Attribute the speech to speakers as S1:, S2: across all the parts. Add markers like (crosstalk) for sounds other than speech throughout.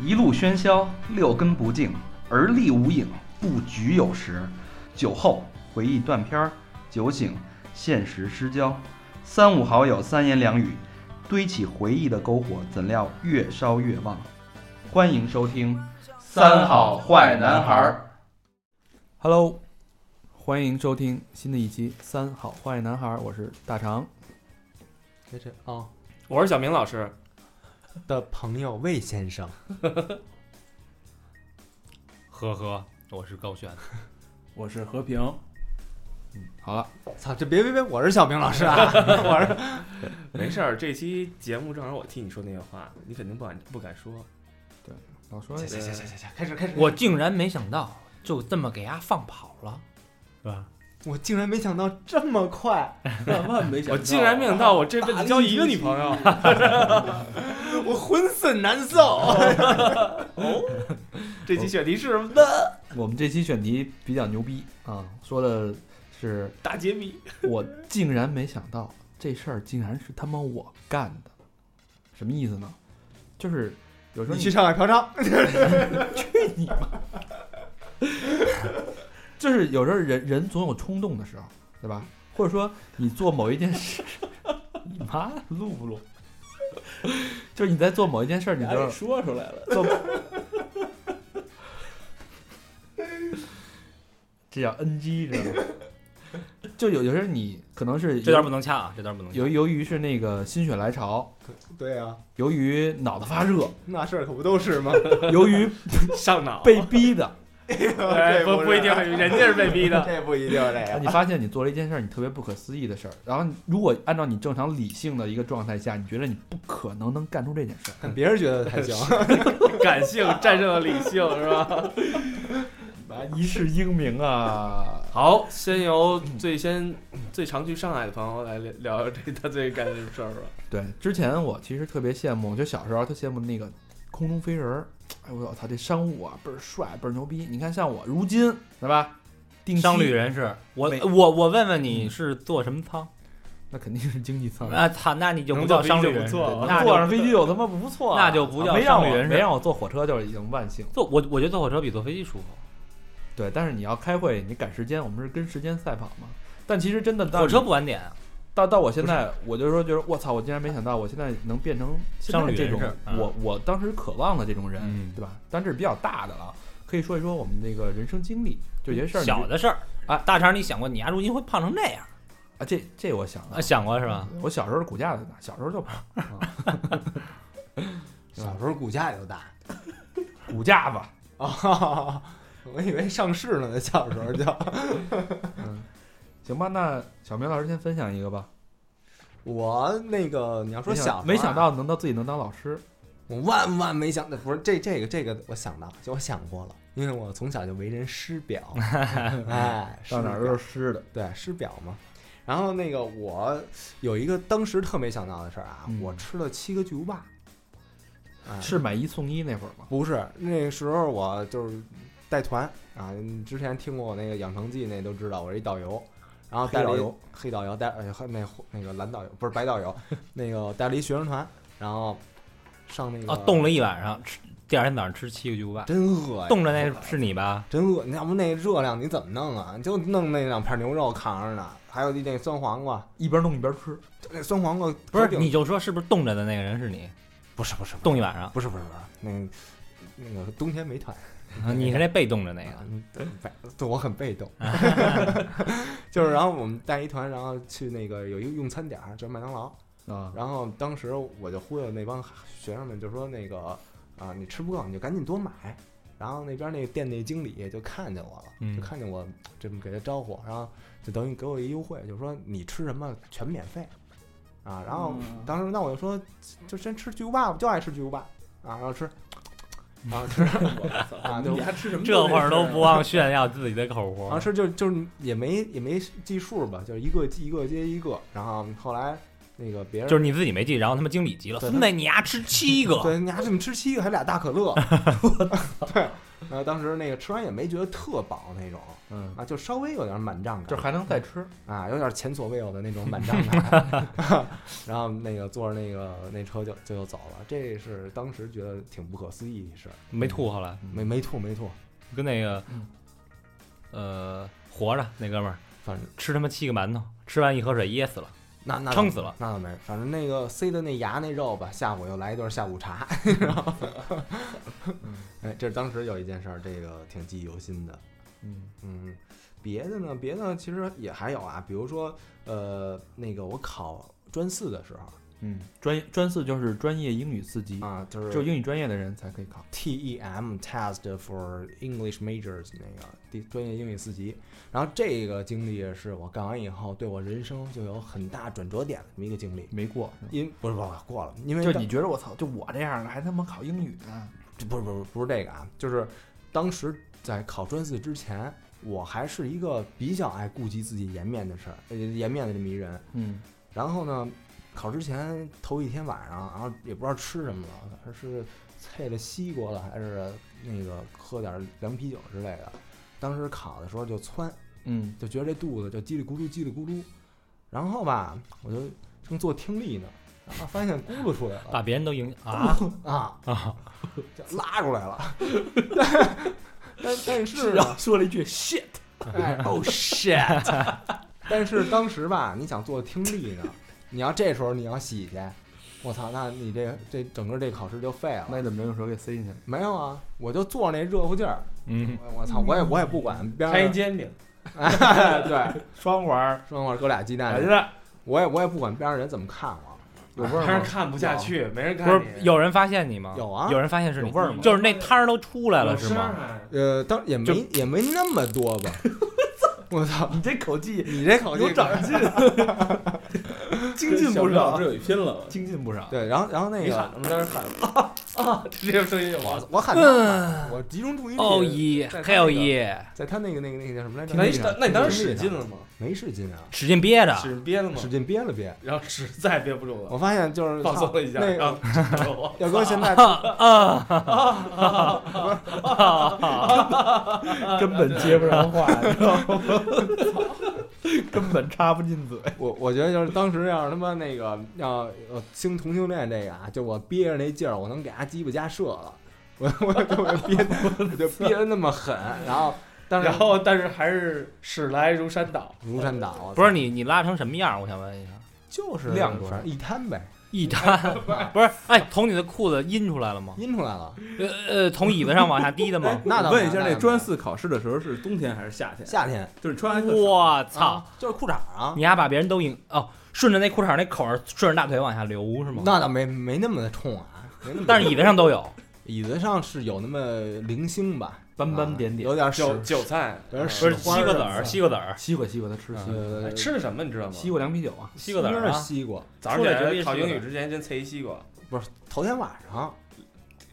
S1: 一路喧嚣，六根不净，而立无影，不局有时。酒后回忆断片儿，酒醒现实失焦。三五好友三言两语，堆起回忆的篝火，怎料越烧越旺。欢迎收听《
S2: 三好坏男孩儿
S3: Hello，欢迎收听新的一期《三好坏男孩》，我是大长。
S2: 这这哦
S4: 我是小明老师，
S2: 的朋友魏先生，
S4: (laughs) 呵呵，我是高璇。
S3: (laughs) 我是和平。嗯，好了，
S2: 操，这别别别，我是小明老师啊， (laughs) 我是
S4: 没事儿，这期节目正好我替你说那些话，你肯定不敢不敢说。
S3: 老说
S2: 行行行行行行，开始开始，
S5: 我竟然没想到就这么给丫放跑了。
S2: 我竟然没想到这
S4: (laughs)
S2: 么快，
S3: 万万没想
S4: 我竟然没想到我这辈子交一个女朋 (laughs) 友，
S2: 我浑身
S4: (laughs)
S2: 难受。
S4: 哦
S2: 哦
S4: 这期选题是什么呢？
S3: 我们这期选题比较牛逼啊，说的是
S4: 大揭秘。
S3: 我竟然没想到这事儿竟然是他妈我干的，什么意思呢？就是有时候
S2: 你去上海嫖娼，
S3: 就是有时候人人总有冲动的时候，对吧？或者说你做某一件事， (laughs) 你妈录不录？就是你在做某一件事儿，你就说出来了。做这叫 NG，知道吗？就有有时候你可能是
S5: 这段不能掐啊，这段不能掐。
S3: 由由于是那个心血来潮，
S2: 对啊，
S3: 由于脑子发热， (laughs)
S2: 那事儿可不都是吗？
S3: 由于
S4: (laughs) 上 (laughs) 脑，
S3: 被逼的，
S4: (laughs) 哎，
S2: (laughs) 这
S4: 不不一定，人家是被逼 (laughs) 的。
S2: (laughs)
S4: 哎
S2: 这不一定这
S3: 啊
S2: 个。
S3: 你发现你做了一件事儿，你特别不可思议的事儿，然后你如果按照你正常理性的一个状态下，你觉得你不可能能干出这件事儿，
S2: 但别人觉得还
S4: (laughs)
S2: 行， (laughs)
S4: 感性战胜了理性，是吧？
S3: 一世英名啊！
S4: 好，先由最先最常去上海的朋友来聊聊这他最干的事儿吧。
S3: 对，之前我其实特别羡慕，就小时候特羡慕那个空中飞人儿，哎我操，这商务啊倍儿帅倍儿牛逼！你看像我如今对吧，定期
S5: 商旅人士，我
S3: 每
S5: 我我问问你是坐什么舱？
S3: 那肯定是经
S5: (laughs)
S3: 济舱，
S5: 啊操，那你就不
S4: 能
S5: 叫
S4: 坐飞机
S5: 商旅
S4: 就
S5: 人
S4: 不
S5: 士，
S4: 错了
S5: 那
S3: 哦坐
S5: 就
S3: 上飞机就他妈不错了，啊
S5: 那就不叫
S3: 没让
S5: 商旅
S3: 我
S5: 人士
S3: 没让我坐火车就是已经万幸。
S5: 坐我我觉得坐火车比坐飞机舒服，
S3: 对，但是你要开会，你赶时间，我们是跟时间赛跑嘛。但其实真的到
S5: 火车不晚点啊。
S3: 到到我现在，我就说觉得我操，我竟然没想到我现在能变成现
S5: 商
S3: 在
S5: 旅
S3: 这
S5: 人
S3: 种
S5: 士啊
S3: 我我当时渴望的这种人，
S5: 嗯
S3: 对吧？但这是比较大的了，可以说一说我们那个人生经历，就有些事儿你
S5: 小
S3: 就
S5: 的事儿
S3: 啊
S5: 大肠，你想过你丫如今会胖成那样
S3: 啊，这这我想了
S5: 啊？想过是吧？
S3: 我小时候骨架在哪？小时候就胖，嗯
S2: 小时候股价就大
S3: (laughs) 骨架吧。哦
S2: 啊，我以为上市了呢，小时候就。
S3: 嗯，行吧，那小明老师先分享一个吧。
S2: (laughs) 我那个你要说
S3: 没
S2: 小时候
S3: 想
S2: 啊，
S3: 没想到能到自己能当老师，
S2: 我万万没想到，不是这这个这个，我想到，就我想过了，因为我从小就为人师表，
S3: (laughs)
S2: 哎，
S3: 到哪儿
S2: 师
S3: 都
S2: 表
S3: 是湿的。
S2: 对师表嘛。然后那个我有一个当时特没想到的事儿啊，
S3: 嗯
S2: 我吃了七个巨无霸，哎、
S3: 是买一送一那会儿吗？
S2: 不是那时候我就是带团啊，你之前听过我那个养成记那都知道，我是一导游，然后带了
S3: 黑
S2: 一
S3: 导游
S2: 黑导游带哎还那那个蓝导游不是白导游， (laughs) 那个带了一学生团，然后上那个
S5: 啊，冻了一晚上，吃第二天早上吃七个巨无霸，
S2: 真饿呀，
S5: 冻着那是你吧？
S2: 真饿，你要不那热量你怎么弄啊？你就弄那两片牛肉扛着呢，还有那酸黄瓜，
S3: 一边弄一边吃，
S2: 就那酸黄瓜
S5: 不是，
S2: 搁
S5: 你就说是不是冻着的那个人是你？
S2: 不是不是不
S5: 冻一晚上，
S2: 不是不是不是那那个冬天没团，
S5: 啊你是那被冻着那个
S2: 啊，嗯对对我很
S5: (laughs)
S2: 被动，就是然后我们带一团，然后去那个有一个用餐点儿，就是麦当劳，
S3: 啊，
S2: 然后当时我就忽悠那帮学生们，就说那个啊，你吃不够你就赶紧多买。然后那边那店那经理就看见我了，
S5: 嗯
S2: 就看见我这么给他招呼，然后就等于给我一优惠，就说你吃什么全免费啊。然后当时那我就说，就先吃巨无霸吧，我就爱吃巨无霸啊，然后吃，然后吃啊，就
S3: 吃什
S5: 这会儿都不忘炫耀自己的口活
S2: 然后。是就就是也没也没计数吧，就是一个一个接一个。然后后来那个别人
S5: 就是你自己没记，然后他妈经理急了，
S2: 对
S5: 孙子你丫吃七个， (laughs)
S2: 对，你还怎么吃七个，还俩大可乐？对，然后当时那个吃完也没觉得特饱那种
S1: 嗯，
S2: 啊，就稍微有点满胀感，
S1: 就还能再吃，
S2: 啊，有点前所未有的那种满胀
S5: (laughs)
S2: 感。 (laughs) 然后那个坐着那个那车就就走了，这是当时觉得挺不可思议的事儿，
S6: 没吐后来，
S2: 没没吐没吐，
S6: 跟那个
S1: 嗯
S6: 呃活着那哥们儿
S2: 反正
S6: 吃他妈七个馒头，吃完一喝水噎死了，
S2: 那那
S6: 撑死了。
S2: 那倒没，反正那个塞的那牙那肉吧，下午又来一顿下午茶， (laughs)
S6: 嗯
S2: 然后， (laughs) 哎，这是当时有一件事儿，这个挺记忆犹新的。
S1: 嗯，
S2: 嗯，别的呢，别的其实也还有啊，比如说，呃，那个我考专四的时候
S1: 嗯，专专四就是专业英语四级，
S2: 啊，就是
S1: 只有英语专业的人才可以考。
S2: TEM Test for English Majors 那个第专业英语四级，然后这个经历是我干完以后对我人生就有很大转折点的这么一个经历，
S1: 没过，是吧
S2: 因不是不是过了，因为
S1: 就
S2: 当
S1: 你觉得我操，就我这样的还他妈考英语呢？
S2: 这不是不是不是这个啊，就是当时在考专四之前，我还是一个比较爱顾及自己颜面的事儿，呃颜面的这么一人，
S1: 嗯，
S2: 然后呢，考之前头一天晚上，然后也不知道吃什么了，是配了西瓜了，还是那个喝点凉啤酒之类的。当时考的时候就窜，
S1: 嗯
S2: 就觉得这肚子就叽里咕噜叽里咕噜，然后吧，我就正做听力呢，然后发现咕噜出来
S6: 把
S2: 了
S6: 别人都
S1: (laughs)
S6: 影啊，
S2: (laughs) 啊
S6: 啊，
S2: 就拉出来了。 (laughs) 但但是啊呢
S1: 然后说了一句 shit，
S2: (laughs) 哎，Oh shit！但是当时吧，你想做听力呢，你要这时候你要洗去，我操，那你这这整个这考试就废了。
S1: 那你怎么着用手给塞进去？
S2: 没有啊，我就坐着那热乎劲儿，
S6: 嗯，
S2: 我我操，我也我也不管，边
S4: 摊一
S2: 上
S4: 煎饼，
S2: 哎 (laughs) 对，
S6: 双环，
S2: 说会儿搁俩鸡蛋
S6: 我觉
S2: 里，
S6: 得
S2: 我也我也不管边上人怎么看我，
S1: 有味儿
S4: 还
S1: 吗
S4: 是？看不下
S2: 啊
S4: 去，没人看
S6: 不是有人发现你吗？
S2: 有啊
S6: 有人发现是你
S2: 有味儿吗
S6: 就是那汤儿都出来了
S4: 有
S6: 是
S4: 声啊
S6: 吗？
S4: 儿，
S2: 呃，当也没也没那么多
S4: (laughs)
S2: 吧，我操，
S1: 你这口技
S2: 你这考
S1: 有
S2: 这
S1: 长进，
S4: 精进不少，这有一拼了。
S1: 精进不少。
S2: 对，然后然后那
S4: 你喊
S2: 个
S4: 了吗？在那
S2: (laughs)
S4: 喊了啊！这个声音有啊！
S2: 我喊他，
S6: 嗯
S2: 我集中注意力，
S6: 哦耶
S2: 在，他
S6: 还有
S2: 那个
S6: 耶，
S2: 在他那个那个那个叫什么来
S4: (laughs)
S2: 着？
S4: 那你那你当时
S2: 听
S4: 使
S2: 力上
S4: 劲了吗？
S2: 没使劲啊，
S6: 使劲憋着，
S4: 使劲憋了吗
S2: 使？劲憋了憋。
S4: 然后实在憋不住了，
S2: 我发现就是
S4: 放松了一下，
S2: 那呃
S4: 然
S2: 个
S4: (laughs) 后我
S2: 要搁现在
S1: 根本接不上话，你知道吗？ (laughs) 根本插不进嘴。
S2: (laughs) 我我觉得就是当时要是他妈那个要呃兴同性恋这个啊，就我憋着那劲儿，我能给他鸡巴加射了，我我就我憋
S4: (laughs)
S2: 我就憋得那么狠，然后但是
S4: 然后但是还是史来如山倒，
S2: 如山倒，啊我操
S6: 不是你你拉成什么样儿？我想问一下，
S2: 就是
S1: 晾出来
S2: 反正一摊呗，
S6: 一滩不是？哎，从你的裤子阴出来了吗？
S2: 阴出来了。？
S6: 呃呃，从椅子上往下滴
S3: (laughs)
S6: 的吗
S2: 那倒没
S3: 问一下，
S2: 那
S3: 那
S2: 倒
S3: 专
S2: 没
S3: 四考试的时候是冬天还是夏天？
S2: 夏天
S3: 就是穿完特
S6: 我操！
S2: 啊，就是裤衩儿啊，
S6: 你还把别人都引哦，顺着那裤衩那口儿，顺着大腿往下流是吗？
S2: 那倒没没那么的冲啊，没那么
S6: 但是椅子上都有，
S2: 椅子上是有那么零星吧，
S1: 斑斑点
S2: 啊
S1: 点，
S2: 有点屎
S4: 韭韭菜
S2: 有点
S6: 不
S2: 屎
S6: 是西
S2: 花
S6: 瓜
S2: 儿
S6: 籽儿，西瓜籽儿，嗯
S1: 西瓜西瓜，他吃西瓜，
S2: 呃
S4: 哎，吃的什么你知道吗？
S1: 西瓜凉啤酒啊，
S6: 西瓜籽
S2: 应
S6: 儿
S2: 该是
S6: 啊！
S2: 西瓜，
S4: 早上起来考英语之前先切一西瓜，
S2: 不是头天晚上，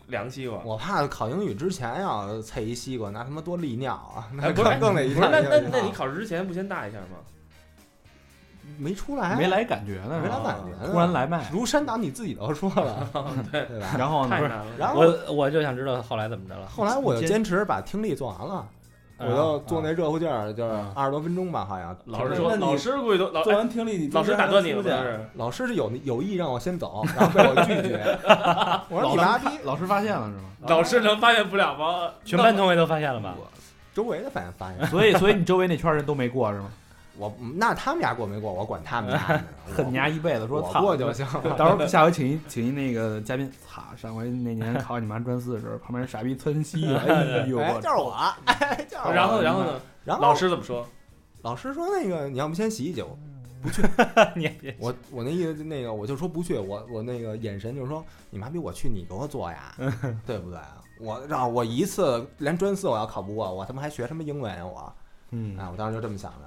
S4: 凉西瓜。
S2: 我怕考英语之前要菜一西瓜，那他妈多利尿啊！那
S4: 哎不是
S2: 更更得一
S4: 不是，
S2: 下
S4: 那
S2: 一下
S4: 那
S2: 一下
S4: 那你考试之前不先大一下吗？
S2: 没出来，
S1: 没，来感觉呢，
S2: 啊没
S1: 是吧
S2: 来感觉呢，
S1: 突然来麦，
S2: 如山岛你自己都说了，
S4: 对，
S2: 对吧？
S1: 然
S6: 哦
S1: 后呢
S4: 太，难了。
S2: 然后
S6: 我我就想知道后来怎么着了。
S2: 后来我就坚持把听力做完了，我就做那热乎劲儿，就是
S1: 啊
S2: 二十多分钟吧，好像
S4: 老师
S3: 那
S4: 说，
S3: 你
S4: 老师估计都老
S3: 做
S4: 哎
S3: 完听力，你
S4: 老师打断你了，
S3: 不
S4: 不是？
S2: 老师是有有意让我先走，然后被我拒绝，我说你妈逼，
S1: 老师发现了是吗？
S4: 老师能发现不了吗？
S6: 全班同学都发现了吧？
S2: 周围的反应发现，
S1: 所以所以你周围那圈人都没过是
S6: (laughs)
S1: 吗？
S2: 我那他们家过没过，我管他们家呢，
S1: 恨你丫一辈子，说
S2: 我
S1: 操，
S2: 过就行了。
S1: 到时候下回请一请一那个嘉宾，操，上回那年考你妈专四的时候，旁边傻逼窜稀
S6: (laughs)
S1: 了，哎呦
S2: 哎，
S1: 我
S2: 就是
S1: 操，
S2: 我， (laughs) 哎，就是我。
S4: 然后然后呢？
S2: 然后
S4: 老师怎么说？
S2: 老师说那个你要不先洗一洗，我
S6: 嗯 (laughs) 你也别
S2: 我我那意思就那个我就说不去，我我那个眼神就是说你妈逼我去你给我做呀，
S6: 嗯
S2: (laughs) 对不对？啊我让我一次连专四我要考不过，我他妈还学什么英文呀我？
S1: 嗯，
S2: 啊，我当时就这么想着，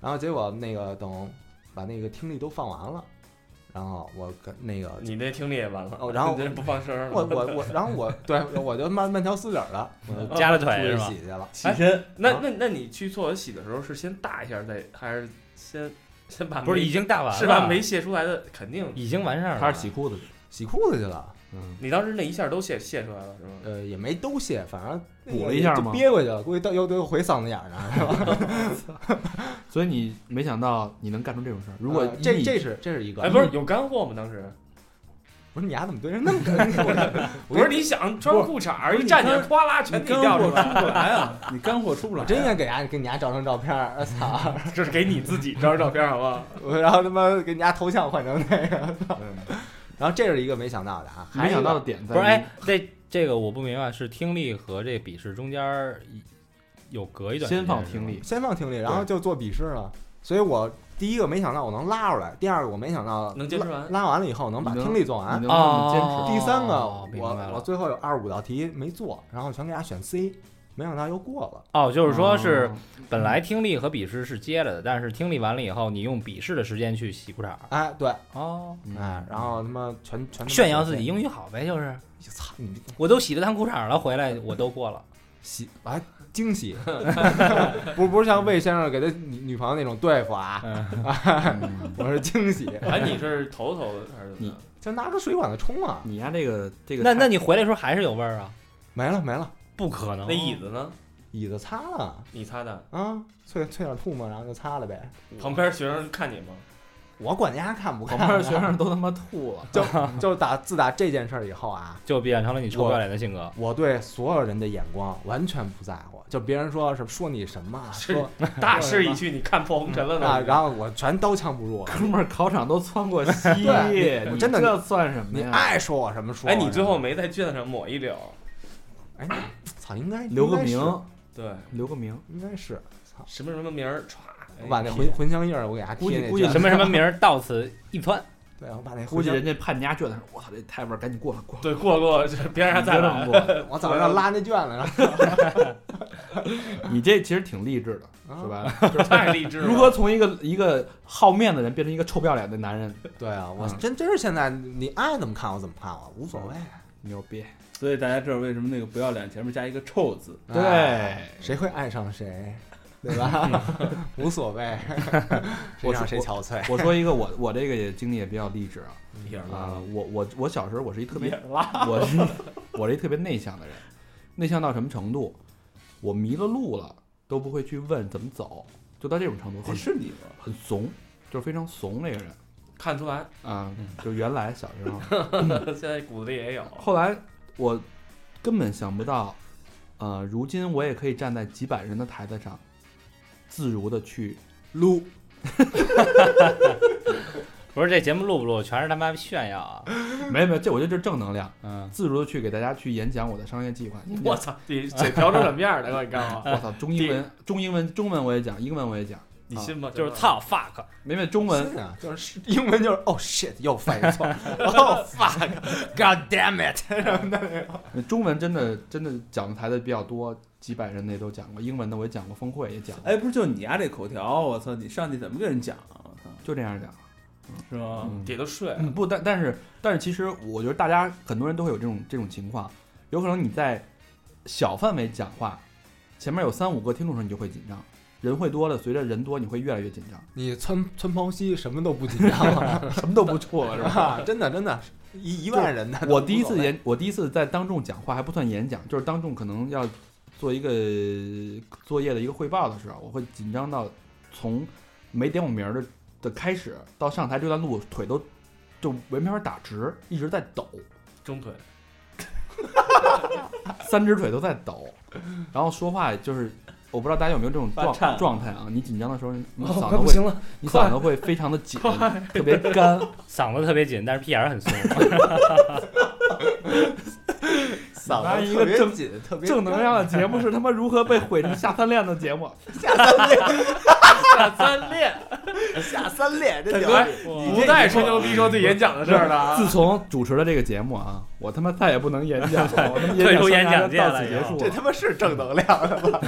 S2: 然后结果那个等把那个听力都放完了，然后我跟那
S6: (laughs)
S2: 个
S4: 你那听力也完了，
S2: 哦然后
S4: 你这不放声儿
S2: 我
S4: 了。
S2: 我我，然后我对我就慢慢条斯理儿
S6: (laughs)
S2: 的，我
S4: 呃
S2: 就
S6: 夹着
S2: 出去
S6: 腿是吧？
S2: 洗去了。
S4: 起
S6: 身
S2: 啊
S4: 那那那你去厕所洗的时候是先大一下再，还是先先把
S6: 不是
S4: 没
S3: 啊
S6: 已经大完了
S4: 是吧？没泄出来的肯定
S6: 已经完事儿了，
S1: 他是洗裤子去，
S2: 洗裤子去了，嗯，
S1: 你当时那一下都泄泄出来了是吗？
S2: 呃，也没都泄，反正那个
S3: 补了一下
S2: 就
S3: 吗
S2: 憋回去了，估计到又又回嗓子眼儿呢，是吧？
S3: 所以你没想到你能干出这种事儿。如果
S2: 呃 (laughs)
S3: 以
S2: 这
S3: 你
S2: 这是这是一个，
S1: 哎，不是有干货吗？当时
S2: 不是你丫怎么对人那么干净？
S1: 不是你想穿裤衩儿一站起来，哗啦全地掉出来，
S2: 啊
S4: (laughs)
S7: 你干货出不来
S2: 我真应该给伢给你伢照张照片儿，我操！
S1: 这是给你自己照照片好不好？
S2: 我然后他妈给你伢头像换成那个，操！ (laughs) 然后这是一个没想到的啊，还
S3: 没想
S2: 有一个
S3: 到的点在
S4: 不是，
S3: 于
S4: 哎，这这个我不明白，是听力和这笔试中间儿有隔一段时间
S3: 先放听力，
S2: 先放听力，然后就做笔试了。所以我第一个没想到我能拉出来，第二个我没想到
S1: 能坚持完
S2: 拉，拉完了以后能把
S3: 你能
S2: 听力做
S3: 你
S2: 完
S3: 能。不
S4: 是
S3: 能
S4: 吧。
S3: 坚持？
S2: 第三个
S4: 哦明白
S2: 我我
S4: 了
S2: 最后有二十五道题没做，然后全给大家选 C，没想到又过了。
S4: 哦，就是说是本来听力和笔试是接着的，但是听力完了以后，你用笔试的时间去洗裤衩儿
S2: 哎，对，
S4: 哦，
S2: 哎，然后他妈全全他妈
S4: 炫耀自己
S2: 选 C，
S4: 英语好呗，就是
S2: 操你这
S4: 我都洗了趟裤衩了，回来我都过了。
S2: 喜啊惊喜，不不是像魏先生给他女女朋友那种对付啊， (laughs)
S3: 嗯
S2: 我是惊喜，
S1: 哎，你是头头还是怎么
S3: 你
S1: 着？
S2: 就拿个水管子冲啊，
S3: 你呀，这个这个
S4: 那那
S3: 太
S4: 你回来的时候还是有味儿啊？
S2: 没了没了，
S4: 不可能
S1: 那椅子呢？
S2: 椅子擦了
S1: 你擦的？
S2: 啊，啐啐点吐沫，然后就擦了呗。
S1: 旁边学生看你吗？
S2: 我管家看不看啊、
S3: 旁边的学生都他妈吐了。
S2: (laughs) 就就打自打这件事儿以后啊，
S4: 就变成了你臭不要脸的性格。
S2: 我对所有人的眼光完全不在乎，就别人说什么说你什么啊
S1: 是
S2: 说
S1: 大势已去，你看破红尘了
S2: 啊，
S1: 呢？
S2: 然后我全刀枪不入。啊
S3: 哥们儿，考场都
S2: (laughs)
S3: 窜过稀，
S2: 对
S3: 你
S2: 我真的
S3: 这算什么
S2: 你
S3: 呀？
S2: 爱说我什么说我
S1: 哎，
S2: 什么？
S1: 你最后没在卷子上抹一绺？
S2: 哎，操，应该
S3: 留个
S2: 应该是
S3: 名，
S1: 对，
S3: 留个名。
S2: 应该是操，
S1: 什么什么名儿，歘，哎
S2: 我把那茴茴香叶儿我给它
S3: 估计
S2: 贴那
S3: 估计
S2: 卷
S4: 什么什么名儿到此一窜，
S2: 对，我把那
S3: 估
S2: 茴
S3: 计
S2: 香，
S3: 人家判家卷的时候，我操，这太味儿，赶紧过了过了。
S1: 对过过，就是别让他再 (laughs) 来。
S3: 过，
S2: 我早上拉那卷了，然后
S3: (laughs) 你这其实挺励志的，是
S2: 嗯
S3: 吧？
S1: 就是太励志了。
S3: 如何从一个一个好面子人变成一个臭不要脸的男人？
S2: 对啊，我
S3: 嗯
S2: 真真是现在你爱怎么看我怎么看我无所谓，
S3: 牛逼！
S7: 所以大家知道为什么那个不要脸前面加一个臭字，
S3: 嗯对
S2: 哎谁会爱上谁，对
S3: (laughs)
S2: 吧？无所谓，谁
S3: 我嗯
S2: 让
S3: 是
S2: 谁憔悴。
S3: (laughs) 我说一个我我这个也经历也比较励志啊
S1: 一点儿
S3: 啊
S7: 嗯
S1: 吧！！
S3: 我我我小时候我是一特别我是我是一特别内向的人，内向到什么程度？我迷了路了都不会去问怎么走，就到这种程度，很
S7: 是你吗？
S3: 很怂，就是非常怂那个人
S1: 看出来， (laughs)
S3: 啊。
S7: 嗯
S3: 就原来小时候，
S1: 现在骨子里也有。
S3: 后来我根本想不到，呃，如今我也可以站在几百人的台子上，自如的去撸。
S4: 不是这节目录不录，全是他妈炫耀啊！
S3: 没有没有，这我觉得这是正能量，
S4: 嗯，
S3: 自如的去给大家去演讲我的商业计划。
S1: 我操，你嘴瓢成什么样儿了？你干
S8: 哎
S1: 嘛？
S3: 我操，中英文中英文中文我也讲，英文我也讲，
S1: 你信
S8: 啊
S1: 吗？
S4: 就是，操 fuck，
S3: 没没中文
S2: 是啊，就是英文就是哦 shit 又翻译错
S3: (laughs)
S2: 了，oh fuck god damn it 什么的，
S3: 中文真的真的讲的台的比较多，几百人的也都讲过，英文的我也讲过，峰会也讲过，
S7: 哎，不是就你家这口条，我操，你上去怎么跟人讲啊？我操，
S3: 就这样讲。
S7: 是吗？
S3: 嗯
S1: 底都睡了。
S3: 嗯，不，但但是但是，其实我觉得大家很多人都会有这种这种情况，有可能你在小范围讲话，前面有三五个听众的时候，你就会紧张。人会多了，随着人多，你会越来越紧张，
S2: 你穿穿袍西什么都不紧张了，
S3: 什么都不错了，
S2: 是
S3: 是吧？
S2: 吧？真的真的，一一万人呢。 (laughs)
S3: 我第一次
S2: 也
S3: 演，我第一次在当众讲话还不算演讲，就是当众可能要做一个作业的一个汇报的时候，我会紧张到从没点我名儿的的开始到上台这段路，腿都就没法打直，一直在抖。
S1: 中腿，
S3: 三只腿都在抖，然后说话就是，我不知道大家有没有这种
S7: 发颤
S3: 状状态啊？你紧张的时候，你
S4: 哦
S3: 嗓
S4: 快
S3: 子
S4: 不
S3: 会，
S4: 行了，
S3: 你嗓子会非常的紧，特别干。
S4: 嗓子特别紧，但是屁眼儿很松。
S2: (laughs) 嗓子
S3: 一
S2: 特
S3: 个
S2: 别
S3: 正
S2: 紧，特别
S3: 正能量的节目是他妈如何被毁成下三滥的节目。
S1: (laughs) 下三练，
S3: (laughs)
S2: 下三列，这
S1: 大
S2: 屌
S1: 哥
S2: 你，
S1: 不带吹牛逼说自己演讲的事儿了啊。
S3: 自从主持了这个节目啊，我他妈再也不能演
S4: (laughs)
S3: 讲了，我他妈
S4: 退出演
S3: 生涯
S4: 讲
S3: 就
S4: 界
S3: 到
S4: 了
S3: 此结束
S2: 这他妈是正能量的吗？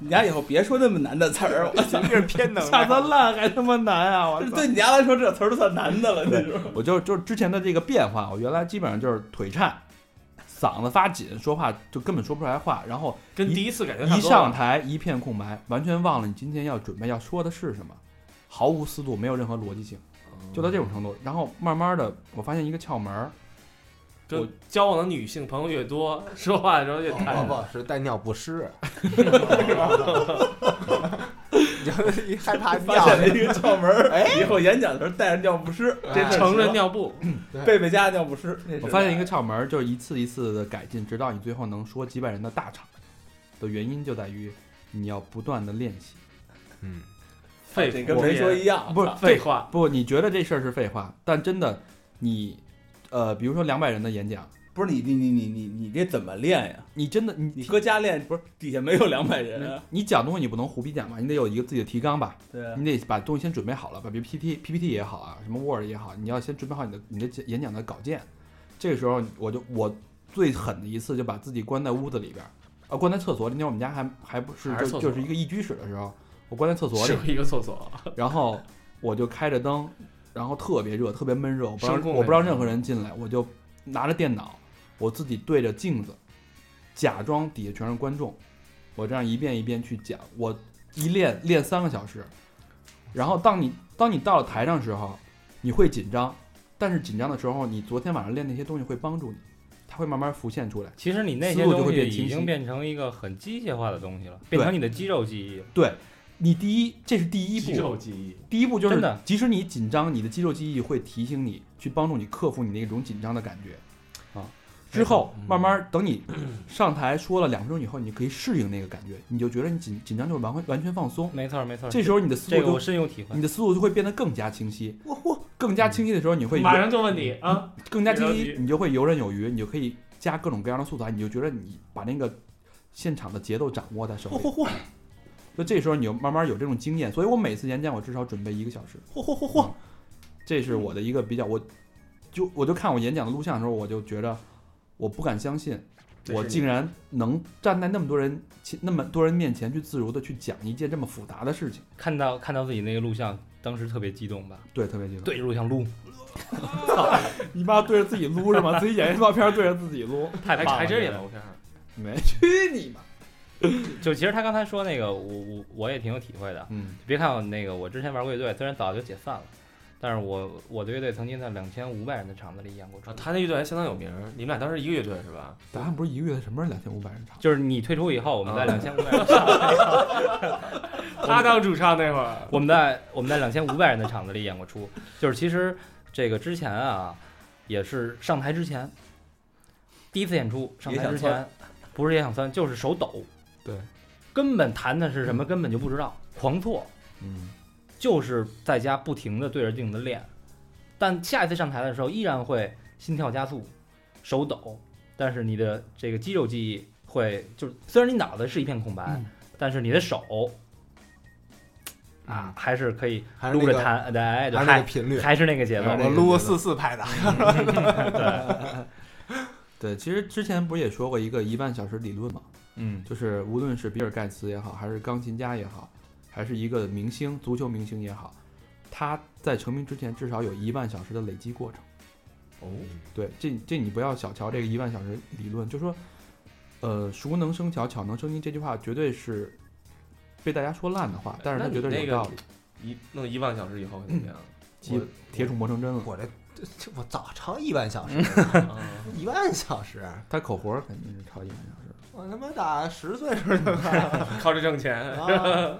S7: 你家以后别说那么难的词
S8: (laughs)
S7: 儿，我
S2: 这是偏能
S3: (laughs) 下
S2: 量。
S3: 三滥还他妈难啊！我
S7: 这
S3: 操
S7: 对你家来说这词儿都算难的了，这是。
S3: 我就就是之前的这个变化，我原来基本上就是腿颤，嗓子发紧，说话就根本说不出来话，然后
S1: 跟第一次感觉差
S3: 一
S1: 不多了
S3: 上台一片空白，完全忘了你今天要准备要说的是什么，毫无思
S4: 哦
S3: 路，没有任何逻辑性，就到这种程度。然后慢慢的，我发现一个窍门儿，
S8: 就交往的女性朋友越多，说话的时候
S3: 哦
S8: 越坦然。
S2: 哦不不是带尿不湿，你 (laughs) 一害怕
S1: 发
S2: 尿，
S1: 现了一个窍门儿，
S2: 哎
S1: 以后演讲的时候带着尿不湿，这事儿
S8: 成人
S1: 行
S8: 尿布，
S3: 嗯
S1: 贝贝家尿不湿，那是
S3: 我发现一个窍门儿，就是一次一次的改进，直到你最后能说几百人的大场。的原因就在于你要不断的练习。
S2: 嗯，
S8: 废
S1: 这
S8: 话
S1: 跟没说一样，
S3: 不是
S8: 废话，
S3: 不，你觉得这事儿是废话，但真的，你，呃，比如说两百人的演讲，
S1: 不是你你你你你你这怎么练呀？
S3: 你真的你
S1: 你搁家练不是底下没有两百人啊？
S3: 你讲东西你不能胡逼讲吧，你得有一个自己的提纲吧，
S1: 对啊，
S3: 你得把东西先准备好了，把别 P T P P T 也好啊，什么 Word 也好，你要先准备好你的你的演讲的稿件。这个时候我就我最狠的一次就把自己关在屋子里边儿，啊，关在厕所里。那天我们家还还不是
S8: 还是
S3: 就
S8: 厕所
S3: 就是一个一居室的时候，我关在厕所
S8: 只
S3: 里
S8: 有，一个厕所，
S2: 哎
S3: 然后我就开着灯，然后特别热，特别闷热，我不让
S8: 声控
S3: 我不让
S8: 那种
S3: 任何人进来，我就拿着电脑，我自己对着镜子，假装底下全是观众，我这样一遍一遍去讲，我一练练三个小时，然后当你当你到了台上的时候，你会紧张，但是紧张的时候，你昨天晚上练那些东西会帮助你，它会慢慢浮现出来。
S4: 其实你那
S3: 思
S4: 些
S3: 路就
S4: 东
S3: 会
S4: 西
S3: 变清
S4: 已
S3: 晰
S4: 经变成一个很机械化的东西了，变成你的肌肉记忆了。
S3: 你第一，这是第一
S8: 肌
S3: 步，
S8: 肉记忆。
S3: 第一步就
S4: 真
S3: 是
S4: 的，
S3: 即使你紧张，你的肌肉记忆会提醒你，去帮助你克服你那种紧张的感觉，啊，之后
S4: 嗯
S3: 慢慢等你上台说了两分钟以后，你可以适应那个感觉，你就觉得你紧紧张就完完全放松，
S4: 没错没错。
S3: 这时候你的
S4: 嗯
S3: 思
S4: 这
S3: 路
S4: 个我
S3: 就
S4: 深有体会
S3: 你。的思路就会变得更加清晰，更加清晰的时候你
S4: 嗯
S3: 会
S8: 马上就问你啊，
S3: (laughs) 更加
S8: 别
S3: 清
S8: 着
S3: 晰
S8: 急，
S3: 你就会游刃有余，你就可以加各种各样的素材，你就觉得你把那个现场的节奏掌握在手
S4: 哦
S3: 里，就这时候你就慢慢有这种经验，所以我每次演讲我至少准备一个小时。
S2: 嚯嚯嚯
S3: 嚯！这是我的一个比较，我就我就看我演讲的录像的时候，我就觉得我不敢相信，
S8: 这是
S3: 我
S8: 你
S3: 竟然能站在那么多人前那么多人面前去自如的去讲一件这么复杂的事情，
S4: 看到看到自己那个录像，当时特别激动吧？
S3: 对，特别激动。
S4: 对着录像撸，
S3: 你妈对着自己撸是吗？自己演一照片对着自己撸，
S4: 太
S8: 还
S4: 棒了！
S8: 还真演
S4: 这个
S8: 毛片儿，
S3: (laughs) 没去你妈！
S4: 就其实他刚才说那个，我我我也挺有体会的。
S3: 嗯，
S4: 别看我那个，我之前玩过乐队，虽然早就解散了，但是我我的乐队曾经在两千五百人的场子里演过出
S8: 啊，。他那乐队还相当有名儿。你们俩当时一个乐队是吧？
S3: 咱们不是一个月什么时候两千五百人场？
S4: 就是你退出以后，我们在两千五百人，
S8: 他当主唱那会
S2: 啊
S8: 儿，
S4: 我们在我们在两千五百人的场子里演过出。就是其实这个之前啊，也是上台之前，第一次演出上台之
S1: 也想
S4: 前，不是也想窜，就是手抖，
S3: 对，
S4: 根本弹的是什么根本就不知道，狂错。
S3: 嗯，
S4: 就是在家不停的对着镜子练，但下一次上台的时候依然会心跳加速、手抖，但是你的这个肌肉记忆会就是虽然你脑子是一片空白，但是你的手
S2: 嗯
S4: 啊还是可以
S2: 还是
S4: 撸
S2: 那
S4: 着
S2: 个
S4: 弹，对哎，对
S2: 还是那个
S4: 还
S2: 频率，
S4: 还是那个节奏
S2: 我，撸过四四拍的，
S4: 对，
S3: 对，其实之前不是也说过一个一万小时理论吗？
S4: 嗯，
S3: 就是无论是比尔盖茨也好，还是钢琴家也好，还是一个明星、足球明星也好，他在成名之前至少有一万小时的累积过程。
S2: 哦，
S3: 对，这这你不要小瞧这个一万小时理论，就说，呃，熟能生巧，巧能生精这句话绝对是被大家说烂的话，但是
S8: 那
S3: 它绝
S8: 你
S3: 对
S8: 那
S3: 有道
S8: 个
S3: 理，
S8: 一弄一万小时以后肯定这样。
S3: 铁铁杵磨成针了。
S2: 我这这这我早超一万小时，
S8: 啊
S2: 一万小时，
S3: 他口活儿肯定是超一万小时。
S2: 我他妈打十岁时候就干了
S8: 靠着挣
S2: (laughs)
S8: 钱，
S2: 啊，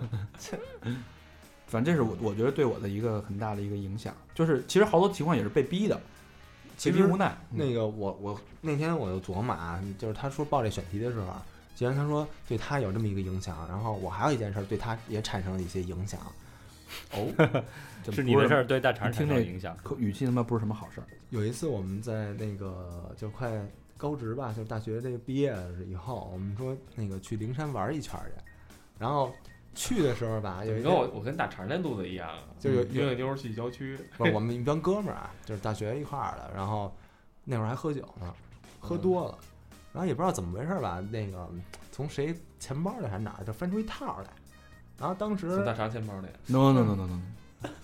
S3: 反正这是我我觉得对我的一个很大的一个影响，就是其实好多情况也是被逼的，
S2: 其
S3: 被逼
S2: 实
S3: 无奈。嗯
S2: 那个我我那天我就琢磨啊，就是他说报这选题的时候啊，既然他说对他有这么一个影响，然后我还有一件事儿对他也产生了一些影响，
S3: 这
S4: 是
S3: 不
S4: 你的事儿对大肠
S3: 你
S4: 产
S3: 听
S4: 生了
S3: 这
S4: 影响，
S3: 可语气他妈不是什么好事儿。
S2: 有一次我们在那个就快高职吧，就是大学这个毕业了以后，我们说那个去灵山玩一圈儿去，然后去的时候吧，有一
S8: 你
S2: 个
S8: 跟我我跟大肠那路子一样，
S2: 就有
S8: 约个妞儿去郊区，
S2: 不是我们一帮哥们儿啊，就是大学一块儿的，然后那会儿还喝酒呢，喝多了，然后也不知道怎么回事儿吧，那个从谁钱包里还是哪儿就翻出一套儿来，然后当时
S8: 从大肠钱包里。
S2: (laughs)
S3: No no no no no，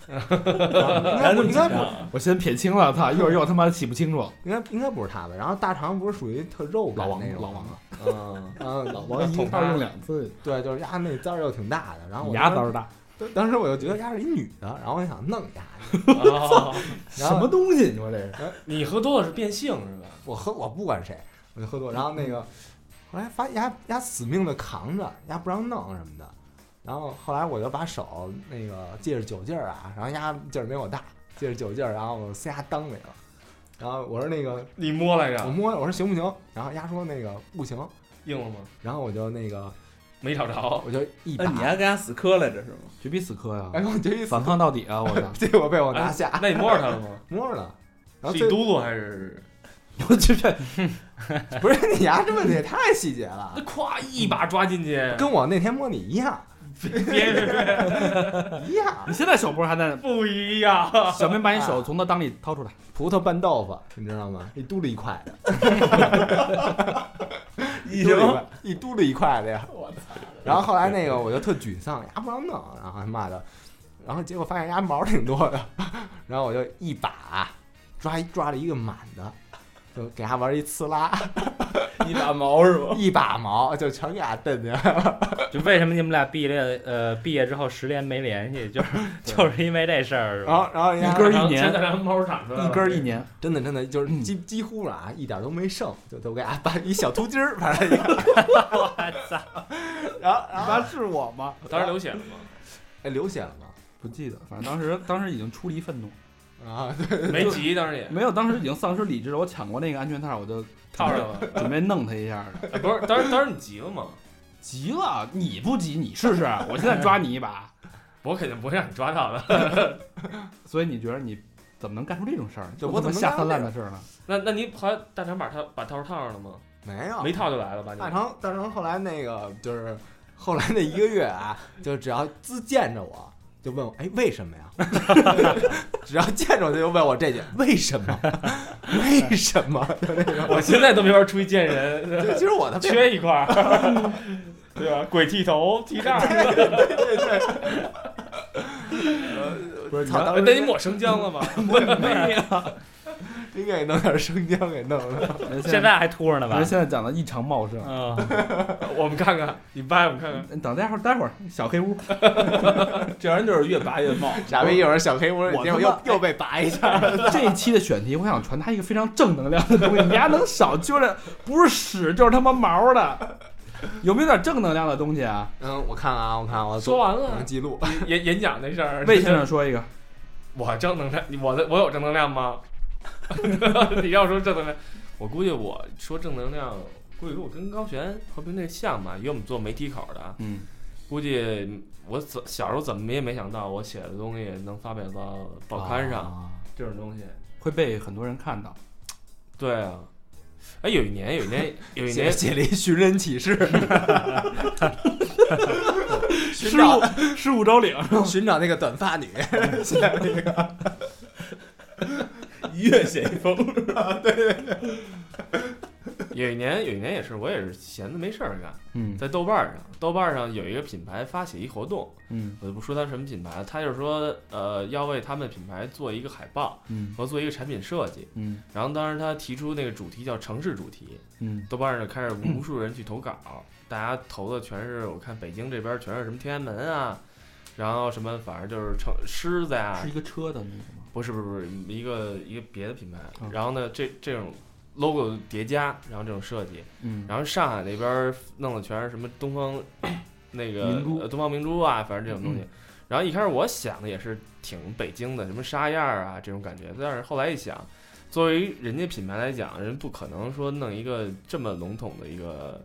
S2: 应该不应该不
S3: 我先撇清了，操，一会儿又他妈洗不清楚。
S2: 应该应该不是他吧？然后大肠不是属于特肉感
S3: 老王
S2: 那种
S3: 老王啊，
S2: (laughs)
S1: 嗯，
S2: 嗯，老王一
S3: 一套用两次，
S2: 对，就是丫那字儿又挺大的，然后我
S3: 牙
S2: 当时
S3: 枣大。
S2: 当当时我就觉得丫是一女的，然后我想弄丫，
S8: 哦
S2: 然
S1: 什
S2: 后哎
S1: 么东西？你说这是？
S4: 你喝多了是变性是吧？
S2: 我喝我不管谁，我就喝多。然后那个后来发现丫丫死命的扛着，丫不让弄什么的。然后后来我就把手那个借着酒劲儿啊，然后丫劲儿没我大，借着酒劲儿，然后我呲丫裆里了。然后我说那个
S4: 你摸来
S2: 我
S8: 嗯
S4: 着，
S2: 摸，我说行不行？然后丫说那个不行。
S4: 硬了吗？
S2: 然后我就那个
S4: 没找着，
S2: 我就一把
S3: 哎，，你还跟他死磕来着是吗？
S1: 绝逼死磕呀！
S2: 哎我就一
S1: 反抗到底啊！我操
S2: (laughs) ！结果被我拿下，
S4: 那你摸着他了吗？
S2: 摸着了。啊然后
S4: 是
S2: 最
S4: 你嘟噜还是？
S1: 我去，这
S2: 不是你丫这问的也太细节了
S4: (laughs) 那，咵一把抓进去，
S2: 跟我那天摸你一样
S4: 别别
S2: 一样。
S1: 你现在手不是还在？
S4: 不一样。
S1: 小明把你手从他裆里掏出来，
S2: 葡萄拌豆腐，你知道吗？一嘟噜一块的，一
S3: 什么
S2: 么一嘟噜一块的呀！我操！然后后来那个我就特沮丧，丫不让弄，然后还骂他，然后结果发现丫毛挺多的，然后我就一把抓一抓了一个满的，就给他玩一刺拉，
S3: 一把毛是吗？
S2: 一把毛就全给他蹬进来了。
S6: 就为什么你们俩毕业呃毕业之后十年没联系，就是就是因为这事儿，是
S2: 然
S6: 吧？
S2: 后然后人
S1: 一根儿
S2: 家
S1: 一
S4: 现
S1: 年，
S4: 在咱猫铲出来了，
S1: 一根儿一年。
S2: 真的真的就是
S1: 嗯
S2: 几几乎啊一点都没剩，就都给俺把一小秃筋儿反正一个，
S6: 我操！
S2: 然后然后
S1: 是我吗？
S4: 当时流血了吗？
S2: 哎流血了吗？
S1: 不记得，反正当时当时已经出离愤怒，
S2: 啊，
S4: 没急，当时也
S1: 没有，当时已经丧失理智了。我抢过那个安全套，我就
S4: 套上了。
S1: 准备弄他一下的，
S4: 哎不是，当时当时你急了吗？
S1: 急了，你不急你试试，我现在抓你一把。
S4: 我肯定不会让你抓到的。
S1: 所以你觉得你怎么能干出这种事儿？
S2: 对
S1: 就
S2: 我
S1: 他妈
S2: 怎么能
S1: 下
S2: 干
S1: 三
S2: 出
S1: 滥
S2: 这
S1: 的事儿呢？
S4: 那那你后来大肠把套把套套上了吗？
S2: 没有
S4: 没套就来了吧？
S2: 啊大
S4: 你
S2: 成，大成后来那个就是后来那一个月啊，就只要自见着我就问我，哎，为什么呀？ (laughs) 只要见着我就问我这句，为什么？ (laughs) 为什么？就那种。
S4: 我现在都没法出去见人，
S2: 就其实我的
S4: (laughs)
S2: 变
S4: 缺一块儿， (laughs) 对吧？鬼剃头、剃 (laughs) 这儿，
S2: 不是，操，
S4: 哎
S2: 当
S4: 那你
S2: 时
S4: 抹生姜 (laughs) 了吗？
S6: 没有，
S2: 应该给弄点生姜给弄了。
S1: 而且
S6: 现在还秃着呢
S1: 而
S6: 吧
S1: 且？现在讲的异常茂盛。
S6: 嗯，
S4: (laughs) 我们看看，你掰我们看看。
S1: 等待会儿，待会儿小黑 (laughs) 屋，
S3: 这人就是越拔越茂。
S2: 傻逼，一会儿小黑屋，
S1: 我他妈
S2: 结果
S4: 哎
S2: 又又被拔一下。
S1: 这一期的选题，我想传达一个非常正能量的东西，你丫能少揪着，不是屎就是他妈毛的，有没有点正能量的东西啊？
S2: 嗯，我看看啊，我看啊我
S4: 说完了
S2: 能，记录。
S4: (laughs) 演演讲那事儿，
S1: 魏先生说一个，
S4: 我正能量，你我的我有正能量吗？ (laughs) 你要说正能量，我估计我说正能量，估计我跟高璇和平这像吧，因为我们做媒体口的啊，
S1: 嗯，
S4: 估计我怎小时候怎么也没想到，我写的东西能发表到报刊上、
S2: 啊，
S4: 这种东西。
S1: 会被很多人看到。
S4: 对啊，哎，有一年，有
S1: (laughs)
S4: 一年，有一
S2: 写
S4: 年，
S2: 写了一寻人启
S4: (laughs)
S2: 事，寻
S1: 失
S2: 找
S1: 物失物招领，
S2: 寻找那个短发女，现在那个
S3: 一月写一封，
S4: (laughs) 有一年，有一年也是，我也是闲的没事儿干，
S1: 嗯
S4: 在豆瓣儿上，豆瓣儿上有一个品牌发起一活动，
S1: 嗯
S4: 我就不说它什么品牌了，它就是说，呃，要为他们的品牌做一个海报
S1: 嗯
S4: 和做一个产品设计。
S1: 嗯
S4: 然后当时他提出那个主题叫城市主题，
S1: 嗯
S4: 豆瓣上就开始无数人去投稿，大家投的全是我看北京这边全是什么天安门啊，然后什么反正就是城狮子呀、
S1: 是一个车的那个吗？
S4: 不是不是不是一个一个别的品牌
S1: 嗯。
S4: 然后呢，这这种 logo 叠加，然后这种设计，
S1: 嗯
S4: 然后上海那边弄的全是什么东方那个
S1: 明珠嗯
S4: 呃东方明珠啊，反正这种东西。然后一开始我想的也是挺北京的，什么沙燕儿啊这种感觉，但是后来一想，作为人家品牌来讲，人不可能说弄一个这么笼统的一个。